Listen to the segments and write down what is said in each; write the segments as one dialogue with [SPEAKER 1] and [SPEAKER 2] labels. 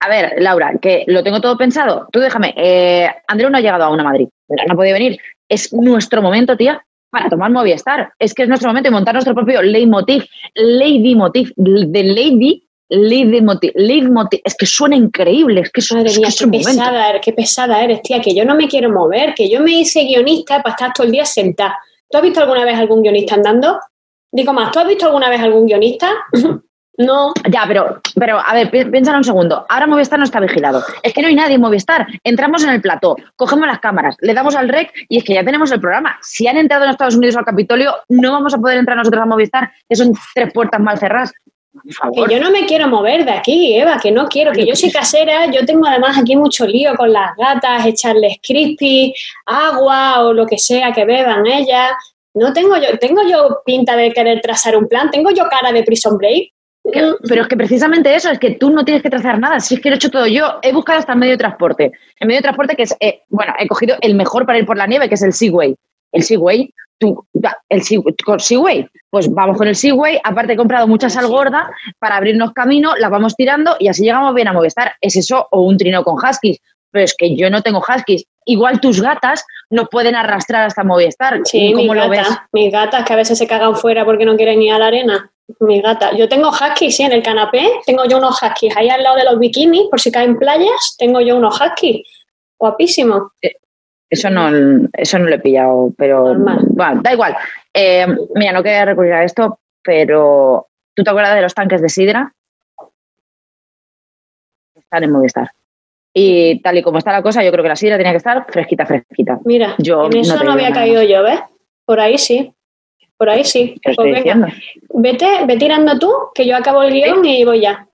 [SPEAKER 1] A ver, Laura, que lo tengo todo pensado. Tú déjame. Eh, Andreu no ha llegado aún a Madrid. No ha podido venir. Es nuestro momento, tía, para tomar Movistar. Es que es nuestro momento y montar nuestro propio leitmotiv. Lady motiv. De lady. Lady motiv. Lady motiv. Es que suena increíble. Es que eso
[SPEAKER 2] Madre
[SPEAKER 1] es,
[SPEAKER 2] mía,
[SPEAKER 1] que es
[SPEAKER 2] qué
[SPEAKER 1] un momento.
[SPEAKER 2] pesada, eres, qué pesada eres, tía, que yo no me quiero mover, que yo me hice guionista para estar todo el día sentada. ¿Tú has visto alguna vez algún guionista andando? Digo más, ¿tú has visto alguna vez algún guionista? no.
[SPEAKER 1] Ya, pero, pero a ver, pi- piénsalo un segundo. Ahora Movistar no está vigilado. Es que no hay nadie en Movistar. Entramos en el plató, cogemos las cámaras, le damos al rec y es que ya tenemos el programa. Si han entrado en Estados Unidos al Capitolio, no vamos a poder entrar nosotros a Movistar, que son tres puertas mal cerradas. Por
[SPEAKER 2] Que
[SPEAKER 1] favor. pues.
[SPEAKER 2] yo no me quiero mover de aquí, Eva, que no quiero, que yo soy casera, yo tengo además aquí mucho lío con las gatas, echarles crispy, agua o lo que sea que beban ellas. No tengo yo, tengo yo pinta de querer trazar un plan, tengo yo cara de prison break.
[SPEAKER 1] Que- pero es que precisamente eso, es que tú no tienes que trazar nada. Si es que lo he hecho todo yo, he buscado hasta el medio de transporte. El medio de transporte que es, eh, bueno, he cogido el mejor para ir por la nieve, que es el Seaway. El Seaway, tú, da- el Sea- con Seaway, pues vamos con el Seaway. Aparte he comprado mucha sal gorda para abrirnos camino, la vamos tirando y así llegamos bien a Movistar. Es eso o un trino con huskies. Pero es que yo no tengo huskies. Igual tus gatas no pueden arrastrar hasta Movistar.
[SPEAKER 2] Sí,
[SPEAKER 1] ¿Cómo
[SPEAKER 2] mis
[SPEAKER 1] lo
[SPEAKER 2] gatas,
[SPEAKER 1] ves?
[SPEAKER 2] mis gatas que a veces se cagan fuera porque no quieren ir a la arena. Mis gatas. Yo tengo huskies, sí, en el canapé. Tengo yo unos huskies ahí al lado de los bikinis, por si caen playas, tengo yo unos huskies. Guapísimo.
[SPEAKER 1] Eh, Eso no, eso no lo he pillado, pero
[SPEAKER 2] Normal.
[SPEAKER 1] bueno, da igual. Eh, mira, no quería recurrir a esto, pero ¿tú te acuerdas de los tanques de sidra? Están en Movistar. Y tal y como está la cosa, yo creo que la sidra tenía que estar fresquita, fresquita.
[SPEAKER 2] Mira,
[SPEAKER 1] Yo
[SPEAKER 2] en eso
[SPEAKER 1] te
[SPEAKER 2] no,
[SPEAKER 1] digo
[SPEAKER 2] había
[SPEAKER 1] nada
[SPEAKER 2] caído yo, ¿ves? Por ahí sí. Por ahí sí.
[SPEAKER 1] más. Te lo
[SPEAKER 2] Pues
[SPEAKER 1] estoy
[SPEAKER 2] venga,
[SPEAKER 1] diciendo.
[SPEAKER 2] vete, ve tirando tú, que yo acabo el guión y voy ya.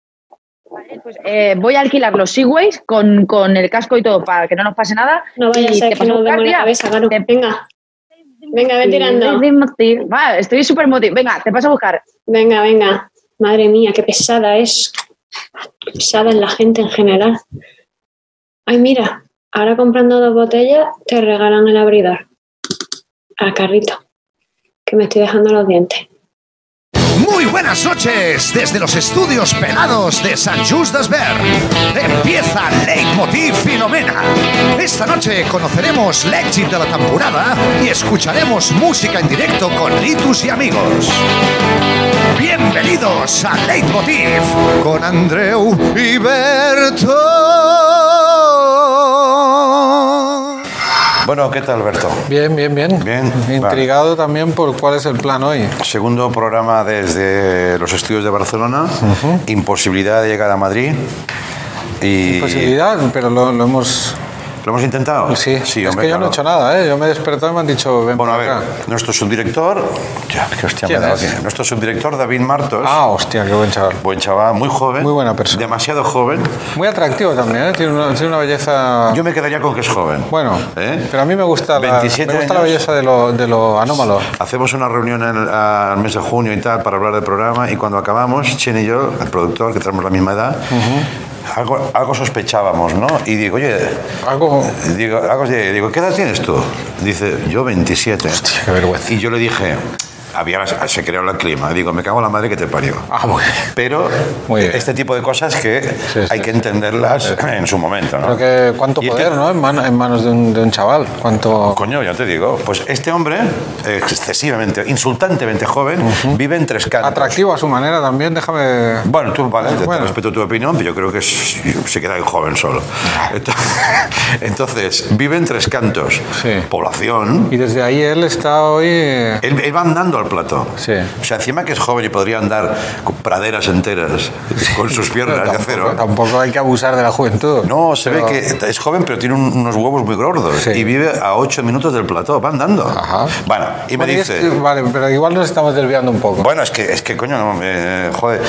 [SPEAKER 1] Pues, eh, voy a alquilar los Seaways con, con el casco y todo para que no nos pase nada.
[SPEAKER 2] No vaya a
[SPEAKER 1] Y
[SPEAKER 2] ser
[SPEAKER 1] te
[SPEAKER 2] que
[SPEAKER 1] paso
[SPEAKER 2] nos
[SPEAKER 1] un
[SPEAKER 2] demos la
[SPEAKER 1] cardia,
[SPEAKER 2] cabeza, Maru.
[SPEAKER 1] te-
[SPEAKER 2] Venga. Venga, ve tirando.
[SPEAKER 1] Va, estoy súper motivada. Venga, te paso a buscar.
[SPEAKER 2] Venga, venga. Madre mía, qué pesada es. Pesada es la gente en general. Ay, mira, ahora comprando dos botellas te regalan el abridor. Al carrito. Que me estoy dejando los dientes.
[SPEAKER 3] Muy buenas noches desde los estudios pelados de San Just Desver. Empieza Leitmotiv Filomena. Esta noche conoceremos el exit de la temporada y escucharemos música en directo con Ritus y amigos. Bienvenidos a Leitmotiv con Andreu y Berto.
[SPEAKER 4] Bueno, ¿qué tal, Alberto?
[SPEAKER 5] Bien, bien, bien.
[SPEAKER 4] Bien,
[SPEAKER 5] Intrigado también por cuál es el plan hoy.
[SPEAKER 4] Segundo programa desde los estudios de Barcelona. Imposibilidad de llegar a Madrid. Y
[SPEAKER 5] Posibilidad, pero lo, lo hemos.
[SPEAKER 4] ¿Lo hemos intentado?
[SPEAKER 5] Sí, es
[SPEAKER 4] hombre,
[SPEAKER 5] que yo no
[SPEAKER 4] claro.
[SPEAKER 5] he hecho nada, ¿eh? Yo me he despertado y me han dicho, ven
[SPEAKER 4] Bueno, a
[SPEAKER 5] para
[SPEAKER 4] ver,
[SPEAKER 5] acá.
[SPEAKER 4] nuestro subdirector. Ya, qué hostia me
[SPEAKER 5] ¿Quién
[SPEAKER 4] he dado
[SPEAKER 5] es?
[SPEAKER 4] aquí. Nuestro subdirector David Martos.
[SPEAKER 5] Ah, hostia, qué buen chaval.
[SPEAKER 4] Buen chaval, muy joven.
[SPEAKER 5] Muy buena persona.
[SPEAKER 4] Demasiado joven.
[SPEAKER 5] Muy atractivo también, ¿eh? Tiene una, tiene una belleza.
[SPEAKER 4] Yo me quedaría con que es joven.
[SPEAKER 5] Bueno,
[SPEAKER 4] ¿Eh?
[SPEAKER 5] pero a mí me gusta, la,
[SPEAKER 4] 27
[SPEAKER 5] me gusta la
[SPEAKER 4] años.
[SPEAKER 5] belleza de lo, de lo anómalo.
[SPEAKER 4] Hacemos una reunión en- al mes de junio y tal para hablar del programa y cuando acabamos, Chen y yo, el productor, que tenemos la misma edad, algo, algo sospechábamos, ¿no? Y digo, oye,
[SPEAKER 5] Algo.
[SPEAKER 4] digo, algo así, digo, ¿qué edad tienes tú? Dice, yo 27.
[SPEAKER 5] qué vergüenza.
[SPEAKER 4] Y yo le dije, había, se creó el clima. Digo, me cago en la madre que te parió.
[SPEAKER 5] Ah, bueno.
[SPEAKER 4] Pero
[SPEAKER 5] Muy bien.
[SPEAKER 4] este tipo de cosas que
[SPEAKER 5] Sí,
[SPEAKER 4] hay
[SPEAKER 5] sí,
[SPEAKER 4] que entenderlas en su momento, ¿no?
[SPEAKER 5] Pero que cuánto
[SPEAKER 4] Y es
[SPEAKER 5] poder,
[SPEAKER 4] que-
[SPEAKER 5] ¿no? En, mano- en manos de un, de un chaval. Cuánto.
[SPEAKER 4] Coño, ya te digo. Pues este hombre, excesivamente, insultantemente joven, vive en tres cantos.
[SPEAKER 5] Atractivo a su manera también, déjame.
[SPEAKER 4] Bueno, tú, vale, te- te
[SPEAKER 5] Bueno.
[SPEAKER 4] respeto tu opinión, pero yo creo que es- se queda el joven solo. Entonces, entonces, vive en tres cantos.
[SPEAKER 5] Sí.
[SPEAKER 4] Población.
[SPEAKER 5] Y desde ahí él está hoy. eh,
[SPEAKER 4] Él, él va andando al plato.
[SPEAKER 5] Sí.
[SPEAKER 4] O sea, encima que es joven y podría andar con praderas enteras, con sus piernas de acero.
[SPEAKER 5] Tampoco, tampoco hay que abusar de la juventud.
[SPEAKER 4] No, se
[SPEAKER 5] Pero-
[SPEAKER 4] ve que es joven, pero tiene un- unos huevos muy gordos
[SPEAKER 5] Sí.
[SPEAKER 4] y vive a 8 minutos del plató, va andando.
[SPEAKER 5] Ajá.
[SPEAKER 4] Bueno, y me
[SPEAKER 5] Bueno, es
[SPEAKER 4] dice...
[SPEAKER 5] que- vale, pero igual nos estamos desviando un poco.
[SPEAKER 4] Bueno, es que, es que coño, no, eh, joder.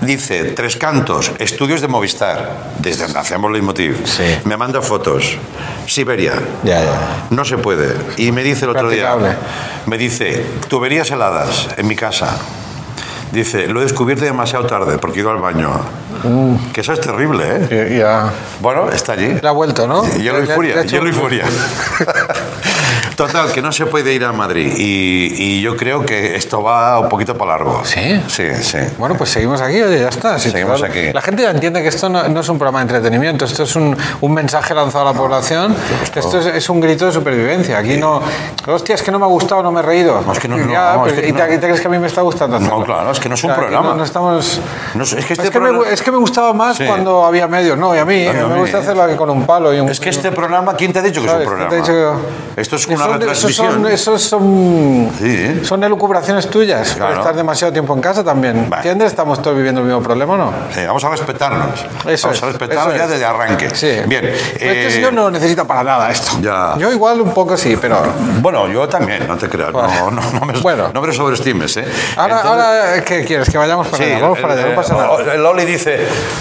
[SPEAKER 4] Dice, tres cantos, estudios de Movistar, desde donde hacemos Leitmotiv.
[SPEAKER 5] Sí.
[SPEAKER 4] Me manda fotos. Siberia.
[SPEAKER 5] Ya, ya.
[SPEAKER 4] No se puede. Y me dice el otro día,
[SPEAKER 5] Practicable.
[SPEAKER 4] me dice, tuberías heladas en mi casa. Dice, lo he descubierto demasiado tarde porque he ido al baño. Que eso es terrible, ¿eh?
[SPEAKER 5] Y- Mm. Ya.
[SPEAKER 4] Bueno, está allí.
[SPEAKER 5] Le ha vuelto, ¿no?
[SPEAKER 4] Hielo y
[SPEAKER 5] Le- le-
[SPEAKER 4] furia,
[SPEAKER 5] le ha hecho-
[SPEAKER 4] hielo y furia. Total, que no se puede ir a Madrid. Y, y yo creo que esto va un poquito para largo.
[SPEAKER 5] ¿Sí?
[SPEAKER 4] Sí, sí.
[SPEAKER 5] Bueno, pues seguimos aquí, oye, ya está. Si
[SPEAKER 4] Seguimos
[SPEAKER 5] total,
[SPEAKER 4] aquí.
[SPEAKER 5] La gente ya entiende que esto no, no es un programa de entretenimiento, esto es un, un mensaje lanzado a la población, esto es, es un grito de supervivencia. Aquí no. Hostia, es que no me ha gustado, no me he reído.
[SPEAKER 4] No, es que no- no,
[SPEAKER 5] Ya,
[SPEAKER 4] no,
[SPEAKER 5] pero
[SPEAKER 4] es que
[SPEAKER 5] ¿y te,
[SPEAKER 4] no.
[SPEAKER 5] te crees que a mí me está gustando?
[SPEAKER 4] No,
[SPEAKER 5] hacerlo?
[SPEAKER 4] claro, es que no es un
[SPEAKER 5] O sea, aquí
[SPEAKER 4] programa.
[SPEAKER 5] No, no estamos.
[SPEAKER 4] No sé, es que este
[SPEAKER 5] es, que
[SPEAKER 4] programa-
[SPEAKER 5] me, es que me gustaba más
[SPEAKER 4] Sí.
[SPEAKER 5] cuando había medios, no, y a mí.
[SPEAKER 4] No, no, a
[SPEAKER 5] me
[SPEAKER 4] mí,
[SPEAKER 5] gusta
[SPEAKER 4] eh.
[SPEAKER 5] hacerlo aquí con un palo y un.
[SPEAKER 4] Es que este programa, ¿quién te ha dicho que
[SPEAKER 5] ¿sabes?
[SPEAKER 4] es un programa?
[SPEAKER 5] ¿Quién te ha dicho que-
[SPEAKER 4] Esto es
[SPEAKER 5] Que
[SPEAKER 4] una
[SPEAKER 5] son- esos
[SPEAKER 4] retransmisión.
[SPEAKER 5] son- Esos son,
[SPEAKER 4] Sí.
[SPEAKER 5] son elucubraciones tuyas
[SPEAKER 4] Claro.
[SPEAKER 5] por estar demasiado tiempo en casa también.
[SPEAKER 4] Vale.
[SPEAKER 5] ¿Entiendes? Estamos todos viviendo el mismo problema, ¿no?
[SPEAKER 4] Sí, Eh, vamos a respetarnos.
[SPEAKER 5] Eso
[SPEAKER 4] vamos
[SPEAKER 5] es,
[SPEAKER 4] a
[SPEAKER 5] eso
[SPEAKER 4] respetarnos ya
[SPEAKER 5] es.
[SPEAKER 4] desde arranque.
[SPEAKER 5] Sí.
[SPEAKER 4] Bien.
[SPEAKER 5] Pero Pues es que
[SPEAKER 4] eh,
[SPEAKER 5] si yo no lo necesito para nada esto.
[SPEAKER 4] Ya.
[SPEAKER 5] Yo igual un poco sí, pero...
[SPEAKER 4] Bueno, yo también, no te creas. No, no, no me,
[SPEAKER 5] Bueno.
[SPEAKER 4] no me sobreestimes, ¿eh?
[SPEAKER 5] Ahora,
[SPEAKER 4] Entonces-
[SPEAKER 5] ahora, eh, ¿qué quieres? ¿Que vayamos para allá? Vamos para allá, no pasa nada.
[SPEAKER 4] eh, El Oli dice,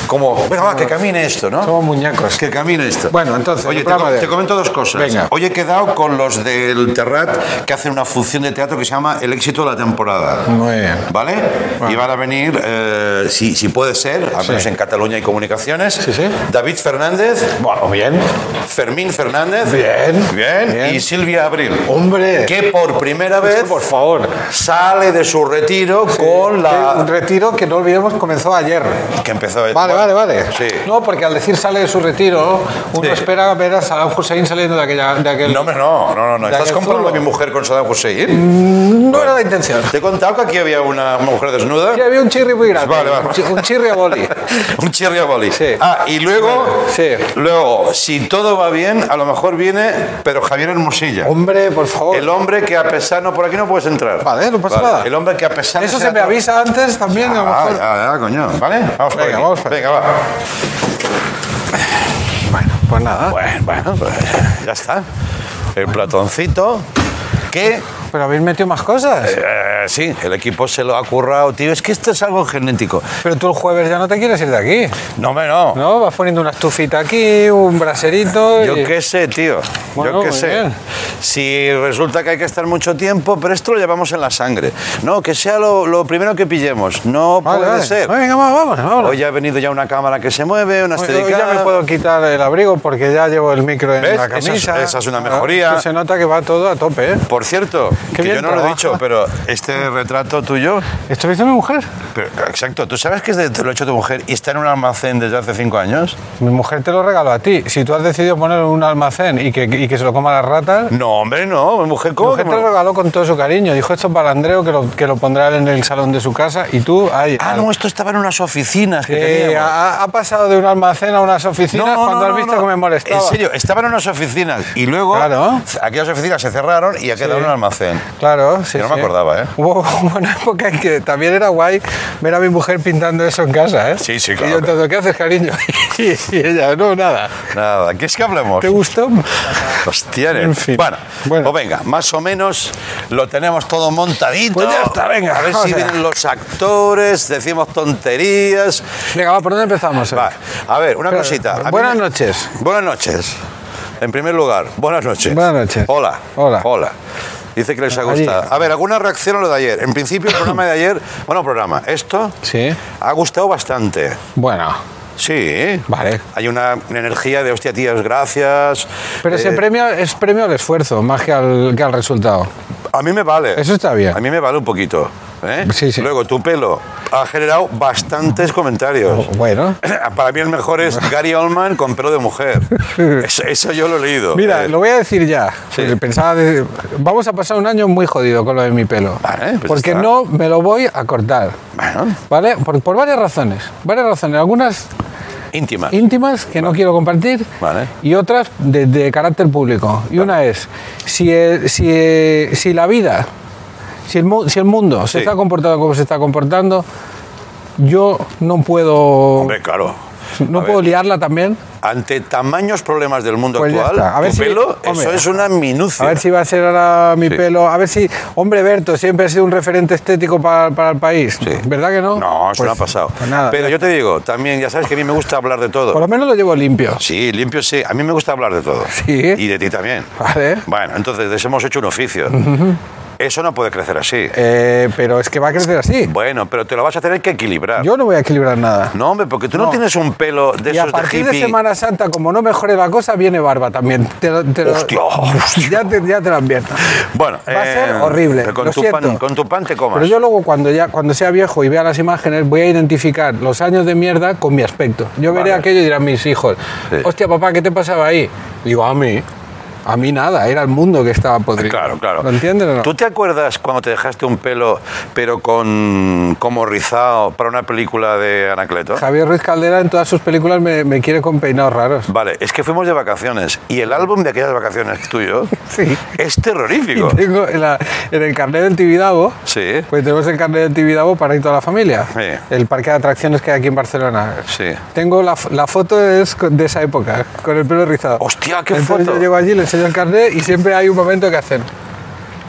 [SPEAKER 4] como, venga, va, que camine esto, ¿no?
[SPEAKER 5] Somos muñecos.
[SPEAKER 4] Que camine esto.
[SPEAKER 5] Bueno, entonces,
[SPEAKER 4] Oye,
[SPEAKER 5] el
[SPEAKER 4] te,
[SPEAKER 5] programa de-
[SPEAKER 4] te comento dos cosas.
[SPEAKER 5] Venga.
[SPEAKER 4] Hoy he quedado con los del Terrat que hacen una función de teatro que se llama El éxito de la temporada.
[SPEAKER 5] Muy bien.
[SPEAKER 4] ¿Vale? Y van a venir, eh, si, si puede ser, al menos en Cataluña hay comunicaciones,
[SPEAKER 5] Sí, sí.
[SPEAKER 4] David Fernández,
[SPEAKER 5] Bueno, bien.
[SPEAKER 4] Fermín Fernández,
[SPEAKER 5] Bien.
[SPEAKER 4] bien,
[SPEAKER 5] Bien.
[SPEAKER 4] y Silvia Abril.
[SPEAKER 5] Hombre.
[SPEAKER 4] Que por primera vez
[SPEAKER 5] Por favor.
[SPEAKER 4] sale de su retiro con
[SPEAKER 5] Un
[SPEAKER 4] la...
[SPEAKER 5] retiro que no olvidemos comenzó ayer.
[SPEAKER 4] Que empezó el-
[SPEAKER 5] Vale, vale, vale.
[SPEAKER 4] Sí.
[SPEAKER 5] No, porque al decir sale de su retiro, uno
[SPEAKER 4] Sí.
[SPEAKER 5] espera ver a Saddam Hussein saliendo de, aquella, de aquel...
[SPEAKER 4] No, hombre, no, no, no, no.
[SPEAKER 5] De
[SPEAKER 4] ¿Estás
[SPEAKER 5] aquel
[SPEAKER 4] comparando a
[SPEAKER 5] zulo.
[SPEAKER 4] mi mujer con Saddam Hussein?
[SPEAKER 5] Mm, No era la intención.
[SPEAKER 4] Te he contado que aquí había una mujer desnuda.
[SPEAKER 5] Sí, había un chirri muy grande.
[SPEAKER 4] Vale, vale.
[SPEAKER 5] un chi- Un chirri a boli.
[SPEAKER 4] Un cherry boli.
[SPEAKER 5] Sí.
[SPEAKER 4] Ah, y luego,
[SPEAKER 5] Sí.
[SPEAKER 4] luego, si todo va bien, a lo mejor viene, pero Javier Hermosilla.
[SPEAKER 5] Hombre, por favor.
[SPEAKER 4] El hombre que a pesar, no, por aquí no puedes entrar.
[SPEAKER 5] Vale, no pasa nada.
[SPEAKER 4] El hombre que a pesar de
[SPEAKER 5] Eso
[SPEAKER 4] ser
[SPEAKER 5] se me
[SPEAKER 4] atro-
[SPEAKER 5] avisa antes también, a lo
[SPEAKER 4] Ah,
[SPEAKER 5] mejor.
[SPEAKER 4] ya, ya, coño. ¿Vale? Vamos por
[SPEAKER 5] Venga,
[SPEAKER 4] aquí.
[SPEAKER 5] vamos para-
[SPEAKER 4] Venga, va.
[SPEAKER 5] Pues nada.
[SPEAKER 4] Bueno, bueno, pues ya está. El platoncito que
[SPEAKER 5] Pero habéis metido más cosas.
[SPEAKER 4] eh, sí, el equipo se lo ha currado, tío. Es que esto es algo genético.
[SPEAKER 5] Pero tú el jueves ya no te quieres ir de aquí.
[SPEAKER 4] No, hombre, no.
[SPEAKER 5] ¿No? Vas poniendo una estufita aquí, un braserito.
[SPEAKER 4] Yo
[SPEAKER 5] y-
[SPEAKER 4] qué sé, tío.
[SPEAKER 5] Bueno,
[SPEAKER 4] Yo qué
[SPEAKER 5] muy
[SPEAKER 4] sé.
[SPEAKER 5] bien.
[SPEAKER 4] Si resulta que hay que estar mucho tiempo, pero esto lo llevamos en la sangre. No, que sea lo, lo primero que pillemos. No
[SPEAKER 5] Vale,
[SPEAKER 4] puede
[SPEAKER 5] vale.
[SPEAKER 4] ser.
[SPEAKER 5] Venga, vamos, vamos.
[SPEAKER 4] Hoy ha venido ya una cámara que se mueve, una
[SPEAKER 5] Hoy- hoy ya
[SPEAKER 4] Steadicam.
[SPEAKER 5] me puedo quitar el abrigo porque ya llevo el micro en
[SPEAKER 4] ¿Ves?
[SPEAKER 5] la
[SPEAKER 4] Esa es-
[SPEAKER 5] camisa. Ah,
[SPEAKER 4] esa es una
[SPEAKER 5] Claro,
[SPEAKER 4] mejoría.
[SPEAKER 5] que se nota que va todo a tope, ¿eh?
[SPEAKER 4] Por cierto,
[SPEAKER 5] Qué
[SPEAKER 4] que
[SPEAKER 5] bien
[SPEAKER 4] yo no lo he
[SPEAKER 5] trabaja.
[SPEAKER 4] dicho, pero este retrato tuyo,
[SPEAKER 5] ¿Esto lo hizo mi mujer?
[SPEAKER 4] pero- exacto, ¿tú sabes que es de- te lo ha hecho tu mujer y está en un almacén desde hace cinco años?
[SPEAKER 5] Mi mujer te lo regaló a ti. Si tú has decidido poner un almacén y que, y que se lo coman las ratas,
[SPEAKER 4] No, hombre, no, mujer,
[SPEAKER 5] mi
[SPEAKER 4] ¿cómo? que
[SPEAKER 5] mujer te
[SPEAKER 4] me lo-
[SPEAKER 5] lo regaló con todo su cariño. Dijo esto es para Andreu, que lo, que lo pondrá en el salón de su casa y tú ahí.
[SPEAKER 4] Ah,
[SPEAKER 5] al-
[SPEAKER 4] no, esto estaba en unas oficinas que
[SPEAKER 5] Sí,
[SPEAKER 4] teníamos.
[SPEAKER 5] ha, ha pasado de un almacén a unas oficinas cuando has visto
[SPEAKER 4] no.
[SPEAKER 5] que me molestaba.
[SPEAKER 4] En serio, estaban en unas oficinas y luego
[SPEAKER 5] Claro.
[SPEAKER 4] aquellas oficinas se cerraron y ha quedado un almacén.
[SPEAKER 5] Claro, sí.
[SPEAKER 4] Yo no me
[SPEAKER 5] sí.
[SPEAKER 4] acordaba, ¿eh?
[SPEAKER 5] Hubo hubo una época en que también era guay ver a mi mujer pintando eso en casa, ¿eh?
[SPEAKER 4] Sí, sí,
[SPEAKER 5] Y
[SPEAKER 4] claro.
[SPEAKER 5] yo, entonces, ¿qué haces, cariño? Y, ella, no, nada.
[SPEAKER 4] Nada, ¿qué es que hablamos?
[SPEAKER 5] ¿Te gustó?
[SPEAKER 4] Hostia,
[SPEAKER 5] En fin.
[SPEAKER 4] Bueno,
[SPEAKER 5] Bueno.
[SPEAKER 4] pues venga, más o menos lo tenemos todo montadito.
[SPEAKER 5] Pues ya está, venga,
[SPEAKER 4] A ver
[SPEAKER 5] vamos
[SPEAKER 4] si
[SPEAKER 5] allá.
[SPEAKER 4] vienen los actores, decimos tonterías.
[SPEAKER 5] Venga, va, ¿por dónde empezamos? eh?
[SPEAKER 4] Va, a ver, una
[SPEAKER 5] Pero,
[SPEAKER 4] cosita. A mí
[SPEAKER 5] buenas
[SPEAKER 4] me-
[SPEAKER 5] noches.
[SPEAKER 4] Buenas noches. En primer lugar, buenas noches.
[SPEAKER 5] Buenas noches.
[SPEAKER 4] Hola.
[SPEAKER 5] Hola.
[SPEAKER 4] Hola. Dice que les ha
[SPEAKER 5] Allí.
[SPEAKER 4] gustado. A ver, alguna reacción a lo de ayer. En principio, el programa de ayer, bueno, programa, esto
[SPEAKER 5] Sí.
[SPEAKER 4] ha gustado bastante.
[SPEAKER 5] Bueno,
[SPEAKER 4] Sí.
[SPEAKER 5] vale.
[SPEAKER 4] Hay una energía de hostia, tías, gracias.
[SPEAKER 5] Pero
[SPEAKER 4] Eh,
[SPEAKER 5] se premia, es premio al esfuerzo más que al, que al resultado.
[SPEAKER 4] A mí me vale.
[SPEAKER 5] Eso está bien.
[SPEAKER 4] A mí me vale un poquito. ¿eh?
[SPEAKER 5] Sí, sí.
[SPEAKER 4] Luego, tu pelo ha generado bastantes comentarios.
[SPEAKER 5] Bueno.
[SPEAKER 4] Para mí el mejor es Gary Oldman con pelo de mujer. Eso, eso yo lo he leído.
[SPEAKER 5] Mira,
[SPEAKER 4] Eh,
[SPEAKER 5] lo voy a decir ya.
[SPEAKER 4] Sí.
[SPEAKER 5] porque Pensaba, de- vamos a pasar un año muy jodido con lo de mi pelo.
[SPEAKER 4] Vale, pues
[SPEAKER 5] porque
[SPEAKER 4] está.
[SPEAKER 5] no me lo voy a cortar.
[SPEAKER 4] Bueno,
[SPEAKER 5] ¿Vale? Por, por varias razones. Varias razones. Algunas
[SPEAKER 4] íntima.
[SPEAKER 5] íntimas que no quiero compartir
[SPEAKER 4] Vale.
[SPEAKER 5] y otras de, de carácter público. Y una es, si, eh, si, eh, si la vida, si el, mu- si el mundo
[SPEAKER 4] Sí.
[SPEAKER 5] se está comportando como se está comportando, yo no puedo,
[SPEAKER 4] Hombre, claro.
[SPEAKER 5] no
[SPEAKER 4] a
[SPEAKER 5] puedo
[SPEAKER 4] ver.
[SPEAKER 5] liarla también.
[SPEAKER 4] Ante tamaños problemas del mundo
[SPEAKER 5] Pues ya
[SPEAKER 4] actual,
[SPEAKER 5] está. A ver
[SPEAKER 4] tu
[SPEAKER 5] si-
[SPEAKER 4] pelo,
[SPEAKER 5] hombre.
[SPEAKER 4] eso es una
[SPEAKER 5] A
[SPEAKER 4] minucia.
[SPEAKER 5] ver si va a ser ahora mi
[SPEAKER 4] Sí.
[SPEAKER 5] pelo. A ver si. Hombre, Berto siempre ha sido un referente estético para, para el país.
[SPEAKER 4] Sí.
[SPEAKER 5] ¿Verdad que no?
[SPEAKER 4] No, eso
[SPEAKER 5] Pues-
[SPEAKER 4] no ha pasado.
[SPEAKER 5] pues nada.
[SPEAKER 4] Pero yo te digo, también, ya sabes que a mí me gusta hablar de todo.
[SPEAKER 5] Por lo menos lo llevo limpio.
[SPEAKER 4] Sí, limpio sí. A mí me gusta hablar de todo.
[SPEAKER 5] Sí.
[SPEAKER 4] Y de ti también.
[SPEAKER 5] Vale.
[SPEAKER 4] Bueno, entonces de eso hemos hecho un oficio. Eso no puede crecer así.
[SPEAKER 5] Eh, pero es que va a crecer así.
[SPEAKER 4] Bueno, pero te lo vas a tener que equilibrar.
[SPEAKER 5] Yo no voy a equilibrar nada.
[SPEAKER 4] No, hombre, porque tú no,
[SPEAKER 5] No.
[SPEAKER 4] tienes un pelo de
[SPEAKER 5] y a
[SPEAKER 4] esos de
[SPEAKER 5] partir
[SPEAKER 4] hippie.
[SPEAKER 5] de, Semana Santa, como no mejore la cosa, viene barba también. Te lo- te lo-
[SPEAKER 4] Hostia, hostia.
[SPEAKER 5] Ya te, ya te lo advierto.
[SPEAKER 4] Bueno,
[SPEAKER 5] Va a ser
[SPEAKER 4] eh,
[SPEAKER 5] horrible.
[SPEAKER 4] pero Con,
[SPEAKER 5] lo
[SPEAKER 4] tu
[SPEAKER 5] siento.
[SPEAKER 4] pan, con tu pan te comas.
[SPEAKER 5] Pero yo luego cuando ya cuando sea viejo y vea las imágenes voy a identificar los años de mierda con mi aspecto. Yo veré
[SPEAKER 4] Vale.
[SPEAKER 5] aquello y dirán mis hijos,
[SPEAKER 4] Sí.
[SPEAKER 5] hostia papá, ¿qué te pasaba ahí? Digo, a mí, a mí nada, era el mundo que estaba podrido.
[SPEAKER 4] Claro, claro.
[SPEAKER 5] ¿Lo entiendes o no?
[SPEAKER 4] ¿Tú te acuerdas cuando te dejaste un pelo, pero con como rizado, para una película de Anacleto?
[SPEAKER 5] Javier Ruiz Caldera en todas sus películas me, me quiere con peinados raros.
[SPEAKER 4] Vale, es que fuimos de vacaciones y el álbum de aquellas vacaciones tuyo
[SPEAKER 5] Sí.
[SPEAKER 4] es
[SPEAKER 5] Y
[SPEAKER 4] terrorífico.
[SPEAKER 5] tengo en, la- en el carnet del Tibidabo,
[SPEAKER 4] Sí,
[SPEAKER 5] pues tenemos el carnet del Tibidabo para ir toda la familia.
[SPEAKER 4] Sí.
[SPEAKER 5] El parque de atracciones que hay aquí en Barcelona.
[SPEAKER 4] sí.
[SPEAKER 5] Tengo la, f- la foto es con- de esa época, con el pelo rizado.
[SPEAKER 4] Hostia, qué
[SPEAKER 5] Entonces
[SPEAKER 4] foto.
[SPEAKER 5] Yo llego allí, le enseño el carnet y siempre hay un momento que hacen.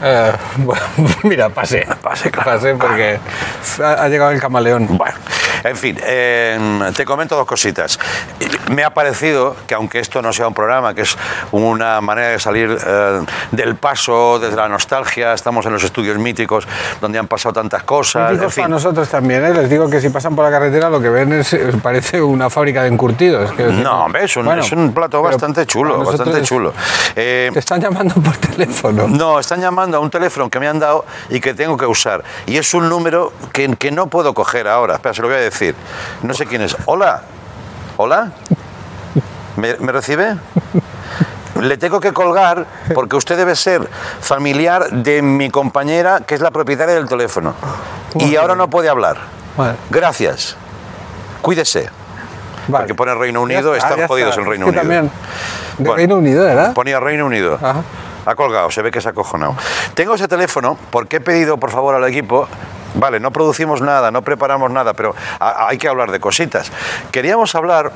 [SPEAKER 5] eh, bueno, mira, pasé.
[SPEAKER 4] Pasé, claro.
[SPEAKER 5] Pasé porque ha, ha llegado el camaleón.
[SPEAKER 4] Bueno, en fin, eh, te comento dos cositas. Me ha parecido que aunque esto no sea un programa, que es una manera de salir eh, del paso, desde la nostalgia, estamos en los estudios míticos donde han pasado tantas cosas, Ah, en
[SPEAKER 5] Míticos para
[SPEAKER 4] fin.
[SPEAKER 5] nosotros también, ¿eh? les digo que si pasan por la carretera lo que ven es eh, parece una fábrica de encurtidos. que-
[SPEAKER 4] No, hombre, es un,
[SPEAKER 5] Bueno,
[SPEAKER 4] es un plato
[SPEAKER 5] pero
[SPEAKER 4] bastante chulo,
[SPEAKER 5] para nosotros
[SPEAKER 4] bastante
[SPEAKER 5] es-
[SPEAKER 4] chulo. Eh,
[SPEAKER 5] Te están llamando por teléfono.
[SPEAKER 4] No, están llamando a un teléfono que me han dado y que tengo que usar. Y es un número que, que no puedo coger ahora. Espera, se lo voy a decir. No sé quién es. Hola. Hola. ¿Me, me recibe? Le tengo que colgar porque usted debe ser familiar de mi compañera que es la propietaria del teléfono. Y ahora no puede hablar.
[SPEAKER 5] Vale,
[SPEAKER 4] Gracias. Cuídese.
[SPEAKER 5] vale.
[SPEAKER 4] Porque pone Reino
[SPEAKER 5] Ya
[SPEAKER 4] Unido,
[SPEAKER 5] está,
[SPEAKER 4] están
[SPEAKER 5] ya
[SPEAKER 4] jodidos
[SPEAKER 5] está.
[SPEAKER 4] en Reino
[SPEAKER 5] Es que
[SPEAKER 4] Unido.
[SPEAKER 5] También, de
[SPEAKER 4] Bueno.
[SPEAKER 5] Reino Unido, ¿verdad?
[SPEAKER 4] Ponía Reino Unido.
[SPEAKER 5] Ajá.
[SPEAKER 4] Ha colgado, se ve que se ha acojonado. Tengo ese teléfono porque he pedido, por favor, al equipo. Vale, no producimos nada, no preparamos nada, pero a- hay que hablar de cositas. Queríamos hablar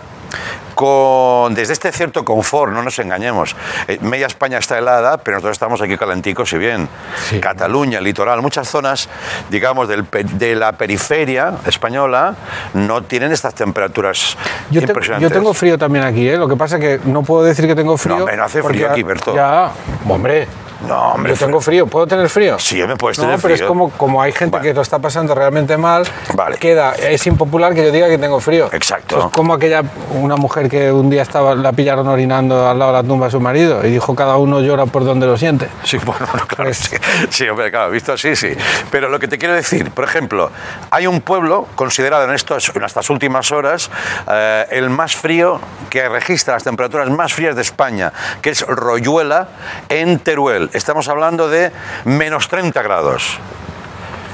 [SPEAKER 4] con, desde este cierto confort, no nos engañemos. Eh, media España está helada, pero nosotros estamos aquí calenticos y bien.
[SPEAKER 5] Sí.
[SPEAKER 4] Cataluña, el litoral, muchas zonas, digamos, del pe- de la periferia española no tienen estas temperaturas
[SPEAKER 5] Yo, te-
[SPEAKER 4] impresionantes.
[SPEAKER 5] yo tengo frío también aquí, ¿eh? Lo que pasa es que no puedo decir que tengo frío.
[SPEAKER 4] hombre, no hace
[SPEAKER 5] porque
[SPEAKER 4] frío
[SPEAKER 5] ya-
[SPEAKER 4] aquí, Berto.
[SPEAKER 5] Ya, hombre.
[SPEAKER 4] No, hombre,
[SPEAKER 5] yo tengo frío. ¿Puedo tener frío?
[SPEAKER 4] Sí, me puedes
[SPEAKER 5] no,
[SPEAKER 4] tener
[SPEAKER 5] pero
[SPEAKER 4] Pues frío.
[SPEAKER 5] es como, como hay gente
[SPEAKER 4] Vale.
[SPEAKER 5] que lo está pasando realmente mal,
[SPEAKER 4] Vale.
[SPEAKER 5] queda, es impopular que yo diga que tengo frío.
[SPEAKER 4] Exacto.
[SPEAKER 5] Es como aquella, una mujer que un día estaba, la pillaron orinando al lado de la tumba de su marido y dijo cada uno llora por donde lo siente.
[SPEAKER 4] Sí, bueno, no, claro,
[SPEAKER 5] Pues-
[SPEAKER 4] sí, sí, hombre, claro, visto así, sí. Pero lo que te quiero decir, por ejemplo, hay un pueblo considerado en, estos, en estas últimas horas eh, el más frío que registra las temperaturas más frías de España, que es Royuela, en Teruel. Estamos hablando de menos 30 grados.